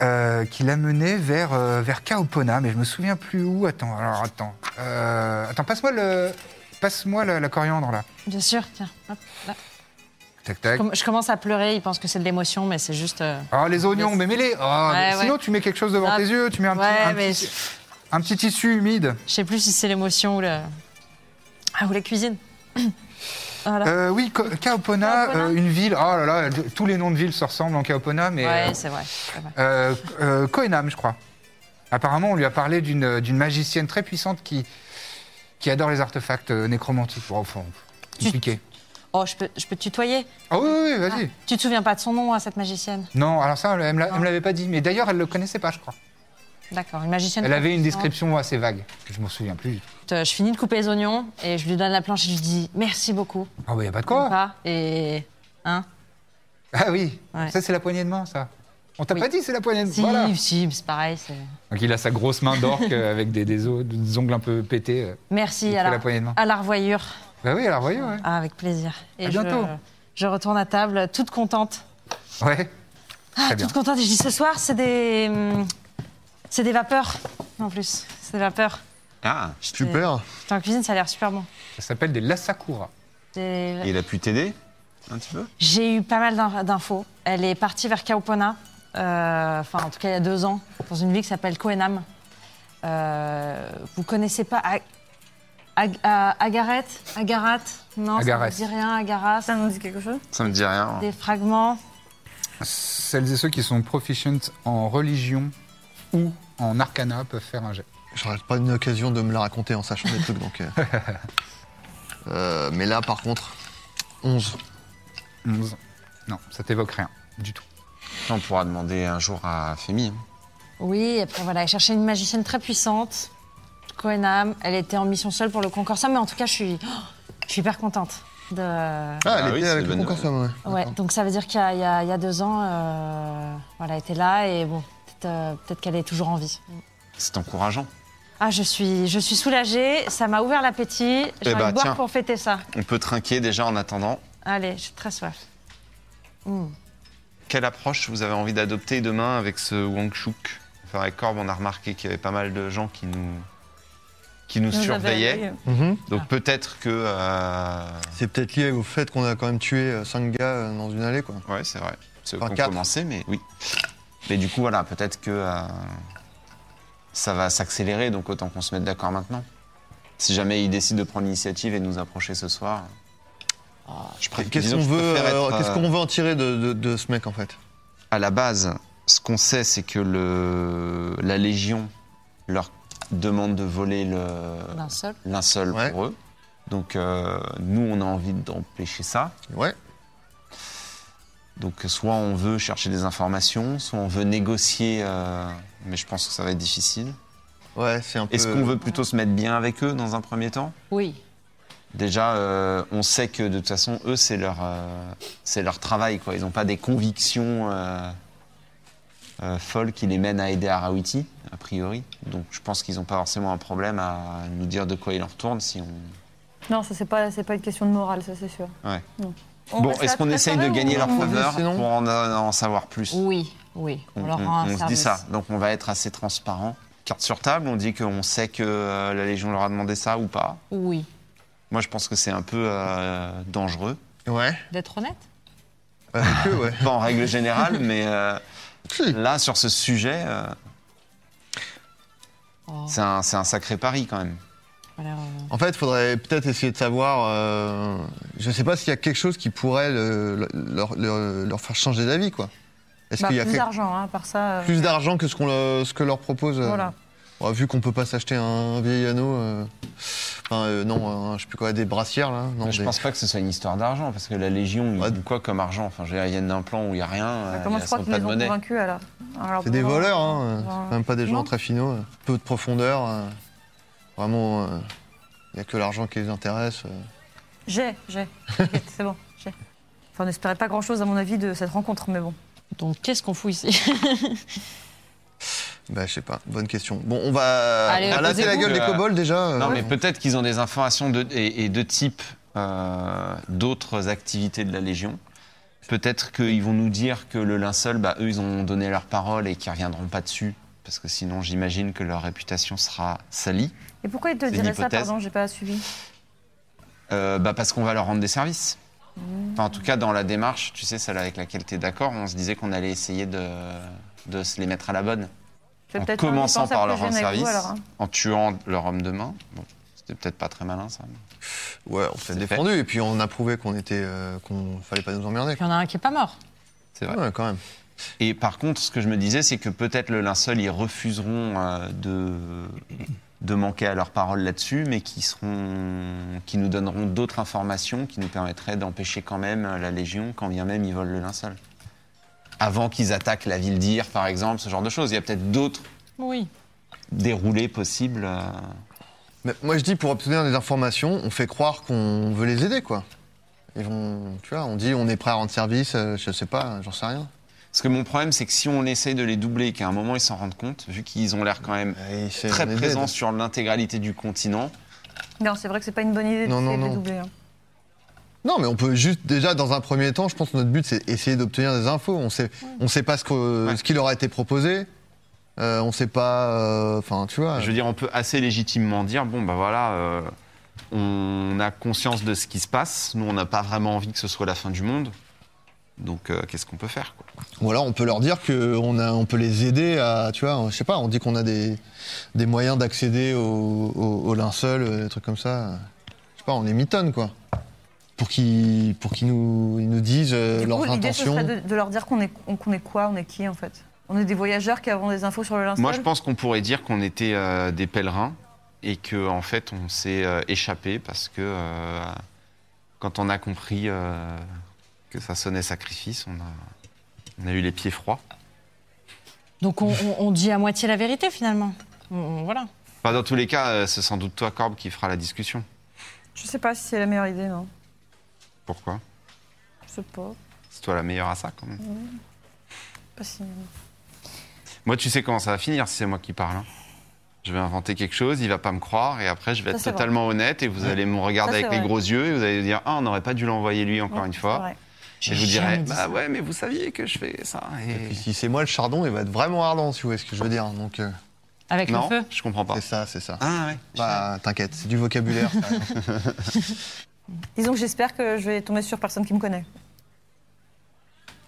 Speaker 2: euh, qui la menait vers, euh, vers Kaopona, mais je me souviens plus où. Attends, alors attends. Euh, attends, passe-moi le. Passe-moi la, la coriandre là.
Speaker 3: rien. Bien sûr, tiens. hop, là.
Speaker 2: Tac tac.
Speaker 3: Comme- Je commence à pleurer, il pense que c'est de l'émotion, mais c'est juste. euh,
Speaker 2: Oh les oignons, mais mets-les. Oh, mais
Speaker 3: ouais.
Speaker 2: Sinon tu mets quelque chose devant
Speaker 3: Ah.
Speaker 2: tes yeux, tu mets un,
Speaker 3: Ouais,
Speaker 2: petit, un,
Speaker 3: mais-
Speaker 2: petit, un petit tissu humide.
Speaker 3: Je sais plus si c'est l'émotion ou la. Ah, ou la cuisine. [coughs] voilà.
Speaker 2: Euh, oui, Ka- Kaopona,
Speaker 3: Kaopona.
Speaker 2: euh, une ville. Oh là là, de- tous les noms de villes se ressemblent en Kaopona, mais.
Speaker 3: ouais,
Speaker 2: euh,
Speaker 3: c'est vrai. c'est vrai.
Speaker 2: euh, euh, Koenam, je crois. Apparemment, on lui a parlé d'une euh, d'une magicienne très puissante qui, qui adore les artefacts euh, nécromantiques. Bon, enfin,
Speaker 3: [laughs]
Speaker 2: compliqué.
Speaker 3: Oh, je peux, je peux te tutoyer
Speaker 2: Ah oui, oui, oui, vas-y.
Speaker 3: Tu te souviens pas de son nom à cette magicienne
Speaker 2: Non, alors ça, elle, elle me l'a- elle me l'avait pas dit. Mais d'ailleurs, elle le connaissait pas, je crois.
Speaker 3: D'accord, une magicienne.
Speaker 2: Elle avait une
Speaker 3: puissante.
Speaker 2: description assez vague. Je m'en souviens plus. du tout.
Speaker 3: Euh, Je finis de couper les oignons et je lui donne la planche et je lui dis merci beaucoup.
Speaker 2: Ah bah, y a pas de quoi.
Speaker 3: Sympa. Et. Hein
Speaker 2: Ah oui,
Speaker 3: Ouais.
Speaker 2: ça c'est la poignée de main, ça. On t'a
Speaker 3: Oui.
Speaker 2: pas dit, c'est la poignée de main.
Speaker 3: Si,
Speaker 2: Voilà.
Speaker 3: si, c'est pareil. c'est-
Speaker 2: Donc il a sa grosse main d'orque [laughs] euh, avec des, des os- des ongles un peu pétés. euh. Il
Speaker 3: Merci
Speaker 2: fait
Speaker 3: à la,
Speaker 2: la poignée de main.
Speaker 3: à la revoyure.
Speaker 2: Bah oui, alors voyez, ouais.
Speaker 3: Ah, avec plaisir. Et
Speaker 2: À
Speaker 3: je-
Speaker 2: bientôt.
Speaker 3: Je, retourne à table toute contente.
Speaker 2: Ouais.
Speaker 3: Ah,
Speaker 2: Très bien.
Speaker 3: toute contente. Et je dis ce soir, c'est des. hum, C'est des vapeurs en plus. C'est des vapeurs.
Speaker 5: Ah,
Speaker 6: euh.
Speaker 4: Super.
Speaker 3: Putain, en cuisine, ça a l'air super bon.
Speaker 2: Ça s'appelle des lasakura.
Speaker 3: J'ai-
Speaker 5: et il a pu t'aider un petit peu
Speaker 3: J'ai eu pas mal d'in- d'infos. Elle est partie vers Kaopona, euh, enfin en tout cas il y a deux ans, dans une ville qui s'appelle Koenam. Euh, vous connaissez pas Ag- Ag- A- Agaret Agarat Non,
Speaker 2: Agares.
Speaker 3: ça ne dit rien, Agaras.
Speaker 6: Ça nous dit quelque chose
Speaker 5: Ça me dit rien.
Speaker 3: Des fragments.
Speaker 2: Celles et ceux qui sont proficients en religion ou en arcana peuvent faire un jet.
Speaker 4: Je rate pas une occasion de me la raconter en sachant des trucs,
Speaker 5: [laughs]
Speaker 4: donc. euh. Euh, mais là, par contre, 11.
Speaker 2: 11. Non, ça t'évoque rien du tout.
Speaker 5: On pourra demander un jour à Femi.
Speaker 3: Oui, après voilà, elle cherchait une magicienne très puissante, Kohenam. Elle était en mission seule pour le Concorsa, mais en tout cas, je suis, oh, je suis hyper contente. De...
Speaker 4: Ah, elle
Speaker 5: Ah oui,
Speaker 4: était
Speaker 5: c'est
Speaker 4: avec le
Speaker 5: bonne
Speaker 4: concorsum, ouais.
Speaker 3: Ouais,
Speaker 4: D'accord.
Speaker 3: donc ça veut dire qu'il y, a- il y a il y a deux ans, euh, voilà, elle était là et bon, peut-être euh, peut-être qu'elle est toujours en vie.
Speaker 5: C'est encourageant.
Speaker 3: Ah, je suis, je suis soulagée, ça m'a ouvert l'appétit. Je vais
Speaker 5: Eh bah,
Speaker 3: boire
Speaker 5: tiens.
Speaker 3: pour fêter ça.
Speaker 5: On peut trinquer déjà en attendant.
Speaker 3: Allez, j'ai très soif.
Speaker 5: Quelle approche vous avez envie d'adopter demain avec ce Wang Chuk Enfin, avec Corbe, on a remarqué qu'il y avait pas mal de gens qui nous, qui nous,
Speaker 6: Nous
Speaker 5: surveillaient.
Speaker 6: avait-
Speaker 4: Mhm.
Speaker 5: Donc peut-être que. euh,
Speaker 4: C'est peut-être lié au fait qu'on a quand même tué 5 gars euh, dans une allée, quoi.
Speaker 5: Ouais, c'est vrai. Ceux
Speaker 4: Enfin,
Speaker 5: qui ont
Speaker 4: quatre.
Speaker 5: commencé, mais oui. Mais du coup, voilà, peut-être que euh, ça va s'accélérer, donc autant qu'on se mette d'accord maintenant. Si jamais ils décident de prendre l'initiative et de nous approcher ce soir. je préfère-
Speaker 4: Qu'est-ce
Speaker 5: disons
Speaker 4: qu'on
Speaker 5: que je
Speaker 4: veut,
Speaker 5: préfère
Speaker 4: euh,
Speaker 5: être,
Speaker 4: qu'est-ce
Speaker 5: euh,
Speaker 4: qu'on veut en tirer de, de- de ce mec, en fait
Speaker 5: à la base, ce qu'on sait, c'est que le, la Légion leur demande de voler le
Speaker 3: D'un seul.
Speaker 5: linceul
Speaker 4: Ouais.
Speaker 5: pour eux. Donc euh, nous, on a envie d'empêcher ça.
Speaker 4: Ouais.
Speaker 5: Donc soit on veut chercher des informations, soit on veut négocier, euh, mais je pense que ça va être difficile.
Speaker 4: Ouais, c'est un peu.
Speaker 5: Est-ce qu'on veut plutôt se mettre bien avec eux dans un premier temps
Speaker 3: Oui.
Speaker 5: Déjà, euh, on sait que de toute façon, eux, c'est leur, euh, c'est leur travail. Quoi. Ils n'ont pas des convictions euh, euh, folles qui les mènent à aider Arawiti, a priori. Donc je pense qu'ils n'ont pas forcément un problème à nous dire de quoi il en retourne. Si on...
Speaker 7: euh, Non, ça, c'est pas, c'est pas une question de morale, ça, c'est sûr.
Speaker 5: Ouais.
Speaker 7: On
Speaker 5: Bon,
Speaker 7: reste
Speaker 5: est-ce
Speaker 7: là
Speaker 5: qu'on
Speaker 7: toute la
Speaker 5: essaye de
Speaker 7: soirée,
Speaker 5: gagner
Speaker 7: ou-
Speaker 5: leur
Speaker 4: on-
Speaker 5: faveur
Speaker 4: sinon-
Speaker 5: pour en, en savoir plus
Speaker 3: Oui, oui. On,
Speaker 5: On,
Speaker 3: leur
Speaker 5: on-
Speaker 3: rend un
Speaker 5: on se dit
Speaker 3: service.
Speaker 5: ça. Donc on va être assez transparent. Carte sur table, on dit qu'on sait que euh, la Légion leur a demandé ça ou pas.
Speaker 3: Oui.
Speaker 5: Moi, je pense que c'est un peu euh, dangereux.
Speaker 4: Ouais,
Speaker 3: D'être honnête
Speaker 4: avec
Speaker 5: [laughs]
Speaker 4: eux, ouais.
Speaker 5: Pas en règle générale, [laughs] mais euh,
Speaker 4: Si.
Speaker 5: là, sur ce sujet, euh, c'est un, c'est un sacré pari quand même.
Speaker 3: Oh, Voilà, euh,
Speaker 4: En fait, il faudrait peut-être essayer de savoir. euh, je ne sais pas s'il y a quelque chose qui pourrait le- le- leur, leur- leur faire changer d'avis, quoi. Est-ce
Speaker 6: Bah,
Speaker 4: qu'il y a
Speaker 6: plus
Speaker 4: quelque-
Speaker 6: d'argent, hein, par ça. euh,
Speaker 4: plus d'argent que ce qu'on le- ce que leur propose euh,
Speaker 6: Voilà.
Speaker 4: bah, Vu qu'on peut pas s'acheter un vieil anneau, euh, enfin euh, non, un- je sais plus quoi, des brassières là. Non,
Speaker 5: Mais je
Speaker 4: des-
Speaker 5: pense pas que ce soit une histoire d'argent, parce que la Légion, ils
Speaker 4: Ouais.
Speaker 5: ont quoi comme argent Enfin, j'ai la hyène d'un plan où il n'y a rien, euh,
Speaker 6: Bah, Comment
Speaker 5: ils
Speaker 6: je crois
Speaker 5: sont
Speaker 6: qu'ils
Speaker 5: pas
Speaker 6: les
Speaker 5: de
Speaker 6: ont
Speaker 5: monnaie.
Speaker 6: convaincus alors Alors,
Speaker 4: C'est des
Speaker 6: bon,
Speaker 4: voleurs, hein.
Speaker 6: bon, euh,
Speaker 4: c'est même pas des gens
Speaker 6: bah non.
Speaker 4: très finaux. euh. Peu de profondeur, euh, vraiment, euh, il n'y a que l'argent qui les intéresse. euh.
Speaker 6: J'ai, j'ai.
Speaker 5: [laughs]
Speaker 6: T'inquiète, C'est bon, j'ai. Enfin, on n'espérait pas grand-chose, à mon avis, de cette rencontre, mais bon.
Speaker 3: Donc qu'est-ce qu'on fout ici [laughs]
Speaker 4: Bah, je sais pas, bonne question. Bon, on va,
Speaker 3: Allez,
Speaker 4: on va latter la
Speaker 5: posez-vous.
Speaker 4: gueule des
Speaker 5: Euh,
Speaker 4: kobolds déjà. euh.
Speaker 5: Non, mais peut-être qu'ils ont des informations de, et, et de type euh, d'autres activités de la Légion. Peut-être qu'ils vont nous dire que le linceul, bah, eux, ils ont donné leur parole et qu'ils reviendront pas dessus. Parce que sinon, j'imagine que leur réputation sera salie.
Speaker 6: Et pourquoi ils te
Speaker 5: une
Speaker 6: diraient ça,
Speaker 5: hypothèse.
Speaker 6: pardon J'ai pas suivi.
Speaker 5: Euh, bah, parce qu'on va leur rendre des services.
Speaker 6: Mmh.
Speaker 5: Enfin, en tout cas, dans la démarche, tu sais, celle avec laquelle tu es d'accord, on se disait qu'on allait essayer de, de se les mettre à la bonne.
Speaker 6: Je vais
Speaker 5: en
Speaker 6: peut-être euh,
Speaker 5: commençant par
Speaker 6: indispensable
Speaker 5: leur
Speaker 6: que je
Speaker 5: rendre
Speaker 6: vienne
Speaker 5: service,
Speaker 6: avec vous, alors, hein.
Speaker 5: en tuant leur homme de main. Bon, c'était peut-être pas très malin, ça. mais-
Speaker 4: Ouais, on s'est
Speaker 5: C'est
Speaker 4: défendu et puis on a prouvé qu'on était, euh, qu'on fallait pas nous emmerder.
Speaker 3: Il y en a un qui est pas mort.
Speaker 5: C'est vrai.
Speaker 4: Ouais, quand même.
Speaker 5: Et par contre, ce que je me disais, c'est que peut-être le linceul, ils refuseront euh, de, de manquer à leur parole là-dessus, mais qui seront, qui nous donneront d'autres informations qui nous permettraient d'empêcher quand même euh, la Légion, quand bien même ils volent le linceul. Avant qu'ils attaquent la ville d'Ir, par exemple, ce genre de choses. Il y a peut-être d'autres
Speaker 3: Oui.
Speaker 5: déroulés possibles. euh.
Speaker 4: Mais moi, je dis pour obtenir des informations, on fait croire qu'on veut les aider, quoi. Ils vont, tu vois, on dit on est prêt à rendre service, euh, je sais pas, j'en sais rien.
Speaker 5: Parce que mon problème, c'est que si on essaye de les doubler et qu'à un moment ils s'en rendent compte, vu qu'ils ont l'air quand même
Speaker 4: Et c'est-
Speaker 5: très
Speaker 4: on est
Speaker 5: présents
Speaker 4: dead.
Speaker 5: sur l'intégralité du continent,
Speaker 6: Non, c'est vrai que c'est pas une bonne idée
Speaker 4: Non,
Speaker 6: de
Speaker 4: non,
Speaker 6: les
Speaker 4: non.
Speaker 6: doubler. hein.
Speaker 4: Non, mais on peut juste, déjà, dans un premier temps, je pense que notre but, c'est essayer d'obtenir des infos. On sait, on sait pas ce, que,
Speaker 5: Ouais.
Speaker 4: ce qui leur a été proposé. Euh, on sait pas, euh, enfin, tu vois.
Speaker 5: Je veux dire, on peut assez légitimement dire, bon, bah voilà, euh, on a conscience de ce qui se passe, nous, on n'a pas vraiment envie que ce soit la fin du monde, donc euh, qu'est-ce qu'on peut faire quoi
Speaker 4: Ou alors, on peut leur dire qu'on a, on peut les aider à, tu vois, je sais pas, on dit qu'on a des, des moyens d'accéder au, au- au linceul, euh, des trucs comme ça. Je sais pas, on les mitonne, quoi. Pour qu'ils, pour qu'ils nous, ils nous disent euh,
Speaker 6: Du
Speaker 4: leurs
Speaker 6: coup, l'idée, ce
Speaker 4: intentions.
Speaker 6: serait de, de leur dire qu'on est, on- qu'on est quoi, on est qui, en fait. On est des voyageurs qui avons des infos sur le linceul.
Speaker 5: Moi, je pense qu'on pourrait dire qu'on était euh, des pèlerins et que en fait, on s'est euh, échappé parce que euh, quand on a compris euh, que ça sonnait sacrifice, on a, on a eu les pieds froids.
Speaker 3: Donc on, on- on dit à moitié la vérité finalement. On- on- voilà.
Speaker 5: Enfin, dans tous les cas, euh, c'est sans doute toi, Corbe, qui fera la discussion.
Speaker 6: Je sais pas si c'est la meilleure idée, non.
Speaker 5: Pourquoi
Speaker 6: Je sais pas.
Speaker 5: C'est toi la meilleure à ça, quand même.
Speaker 6: Pas si.
Speaker 5: Moi, tu sais comment ça va finir si c'est moi qui parle. hein. Je vais inventer quelque chose, il va pas me croire, et après, je vais
Speaker 6: Ça,
Speaker 5: être
Speaker 6: c'est vrai.
Speaker 5: totalement honnête, et vous allez me regarder
Speaker 6: Ça, c'est
Speaker 5: avec les
Speaker 6: vrai.
Speaker 5: gros yeux, et vous allez dire Ah, on n'aurait pas dû l'envoyer lui encore une
Speaker 6: C'est
Speaker 5: fois.
Speaker 6: vrai.
Speaker 5: Et je vous
Speaker 3: J'ai
Speaker 5: dirai
Speaker 3: jamais dit
Speaker 5: Bah
Speaker 3: ça.
Speaker 5: ouais, mais vous saviez que je fais ça. et-
Speaker 4: Et puis si c'est moi le chardon, il va être vraiment ardent, si vous voyez ce que je veux dire. Donc euh,
Speaker 3: Avec
Speaker 5: Non,
Speaker 3: le feu.
Speaker 5: je comprends pas.
Speaker 4: c'est ça, c'est ça.
Speaker 5: Ah ouais.
Speaker 4: Bah t'inquiète, c'est du vocabulaire. ça.
Speaker 6: Disons que j'espère que je vais tomber sur personne qui me connaît.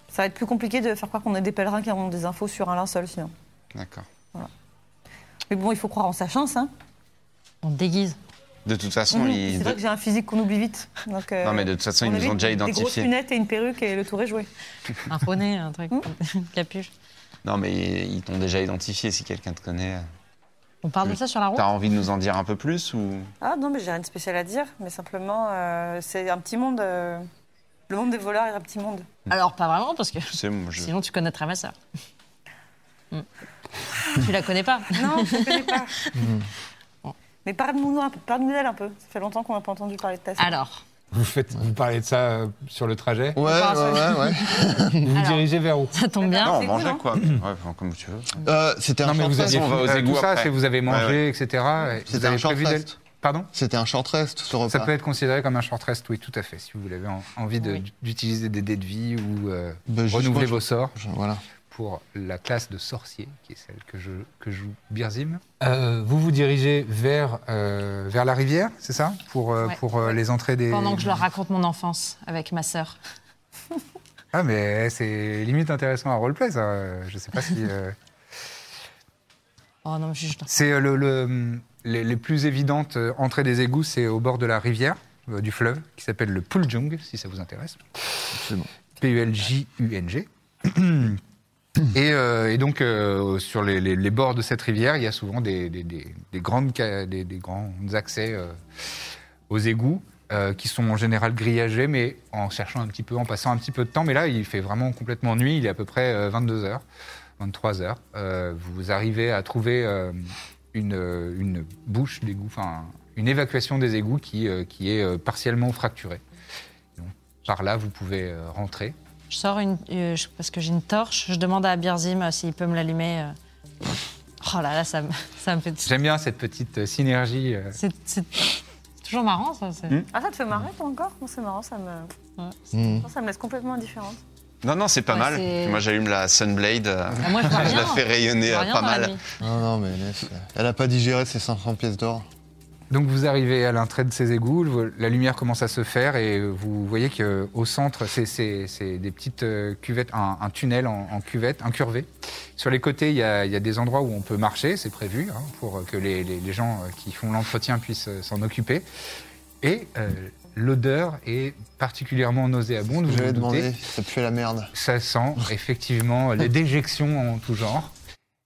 Speaker 6: Ça va être plus compliqué de faire croire qu'on est des pèlerins qui ont des infos sur un linceul, sinon.
Speaker 5: D'accord.
Speaker 6: Mais bon, il faut croire en sa chance, hein.
Speaker 3: On te déguise.
Speaker 5: De toute façon,
Speaker 6: Mhm.
Speaker 5: ils...
Speaker 6: C'est vrai que j'ai un physique qu'on oublie vite. Donc, euh,
Speaker 5: non, mais de toute façon,
Speaker 6: on
Speaker 5: ils nous
Speaker 6: avait
Speaker 5: ont déjà
Speaker 6: Des grosses
Speaker 5: identifiés.
Speaker 6: lunettes et une perruque et le tour est joué.
Speaker 3: Un faux nez, un truc,
Speaker 5: Mmh.
Speaker 6: Hmm.
Speaker 3: [laughs] une capuche.
Speaker 5: Non, mais ils t'ont déjà identifié si quelqu'un te connaît.
Speaker 3: On parle de
Speaker 5: Oui.
Speaker 3: ça
Speaker 6: Oh.
Speaker 3: sur la route
Speaker 5: T'as envie de nous en dire un peu plus ou
Speaker 6: Ah non, mais j'ai rien de spécial à dire, mais simplement, euh, c'est un petit monde. euh, le monde des voleurs est un petit monde.
Speaker 3: Alors pas vraiment parce que
Speaker 5: Tu sais, moi, [laughs] je...
Speaker 3: sinon tu connaîtrais ma sœur. [laughs] Hmm. tu la connais pas
Speaker 6: Non, je ne connais [laughs] pas. mais parle-nous un peu- parle-nous d'elle un peu. Ça fait longtemps qu'on n'a pas entendu parler de ta sœur.
Speaker 3: Alors,
Speaker 2: Vous, faites, vous parlez de ça euh, sur le trajet
Speaker 4: [laughs] Ouais,
Speaker 3: parle
Speaker 4: ouais, ouais, ouais.
Speaker 2: Vous vous
Speaker 3: Alors.
Speaker 2: dirigez vers où
Speaker 3: ça tombe bien.
Speaker 5: Non, on
Speaker 6: c'est
Speaker 5: mangeait
Speaker 6: cool, hein.
Speaker 5: Ah, quoi mais- ouais, enfin, Comme tu veux.
Speaker 4: Euh, c'était un
Speaker 2: Non, mais
Speaker 4: short
Speaker 2: vous
Speaker 4: rest.
Speaker 2: aviez
Speaker 5: on va aux
Speaker 2: euh,
Speaker 5: égouts
Speaker 2: tout ça,
Speaker 5: après.
Speaker 2: c'est vous avez mangé,
Speaker 5: Ouais,
Speaker 2: etc. et vous
Speaker 4: C'était
Speaker 2: avez
Speaker 4: un short
Speaker 2: prévu d'aller-
Speaker 4: rest.
Speaker 2: Pardon
Speaker 4: C'était un short rest ce repas.
Speaker 2: Ça peut être considéré comme un short rest, oui, tout à fait. Si vous avez en- envie de-
Speaker 3: Oui.
Speaker 2: d'utiliser des dés de vie ou euh,
Speaker 4: Bah, juste
Speaker 2: renouveler
Speaker 4: moi, je-
Speaker 2: vos sorts
Speaker 4: Je- Voilà.
Speaker 2: pour la classe de sorcier, qui est celle que je que joue Birzim. Euh, vous vous dirigez vers euh, vers la rivière, c'est ça, pour euh,
Speaker 3: Ouais.
Speaker 2: pour euh, les entrées des.
Speaker 3: Pendant que je leur raconte mon enfance avec ma sœur.
Speaker 2: Ah mais c'est limite intéressant à roleplay, ça. Euh, Je sais pas si. euh,
Speaker 3: Oh non, je, je-
Speaker 2: C'est euh, le, le, hum, les, les plus évidentes euh, entrées des égouts, c'est au bord de la rivière, euh, du fleuve, qui s'appelle le Puljung, si ça vous intéresse.
Speaker 4: Absolument.
Speaker 2: P-U-L-J-U-N-G. Et, euh, et donc, euh, sur les, les- les bords de cette rivière, il y a souvent des, des- des- des grandes, ca- des, des grands accès euh, aux égouts, euh, qui sont en général grillagés, mais en cherchant un petit peu, en passant un petit peu de temps. Mais là, il fait vraiment complètement nuit, il est à peu près euh, 22h, 23h. Euh, vous arrivez à trouver euh, une, euh, une bouche d'égout, enfin, une évacuation des égouts qui, euh, qui est euh, partiellement fracturée. Donc, par là, vous pouvez euh, rentrer.
Speaker 3: je sors une. euh, je- parce que j'ai une torche, je demande à Birzim euh, s'il peut me l'allumer. euh. Oh là là, ça me, ça me fait.
Speaker 2: J'aime bien cette petite euh, synergie. euh.
Speaker 3: C'est c'est toujours marrant ça.
Speaker 5: Hmm.
Speaker 3: c'est-
Speaker 6: Ah, ça te fait marrer, toi encore Bon, C'est marrant, ça me...
Speaker 4: Mm.
Speaker 6: ça me laisse complètement indifférente.
Speaker 5: Non, non, c'est pas
Speaker 3: Ouais,
Speaker 5: mal.
Speaker 3: c'est-
Speaker 5: Puis Moi, j'allume la Sunblade. euh,
Speaker 3: Ah, moi je vois
Speaker 5: [laughs] je
Speaker 3: rien.
Speaker 5: la fais
Speaker 3: Je
Speaker 5: rayonner
Speaker 3: vois
Speaker 5: euh,
Speaker 3: rien
Speaker 5: pas
Speaker 3: dans la
Speaker 5: mal.
Speaker 3: nuit.
Speaker 4: Non, non, mais laisse. Elle a pas digéré ses 500 pièces d'or.
Speaker 2: Donc vous arrivez à l'entrée de ces égouts, le- la lumière commence à se faire et vous voyez qu'au centre, c'est- c'est c'est des petites euh, cuvettes, un, un tunnel en, en cuvette, incurvé. Sur les côtés, il y, a, il y a des endroits où on peut marcher, c'est prévu, hein, pour que les, les- les gens euh, qui font l'entretien puissent euh, s'en occuper. Et euh, l'odeur est particulièrement nauséabonde, vous
Speaker 4: J'avais
Speaker 2: vous doutez.
Speaker 4: demandé, ça pue la merde.
Speaker 2: Ça sent effectivement les déjections en tout genre.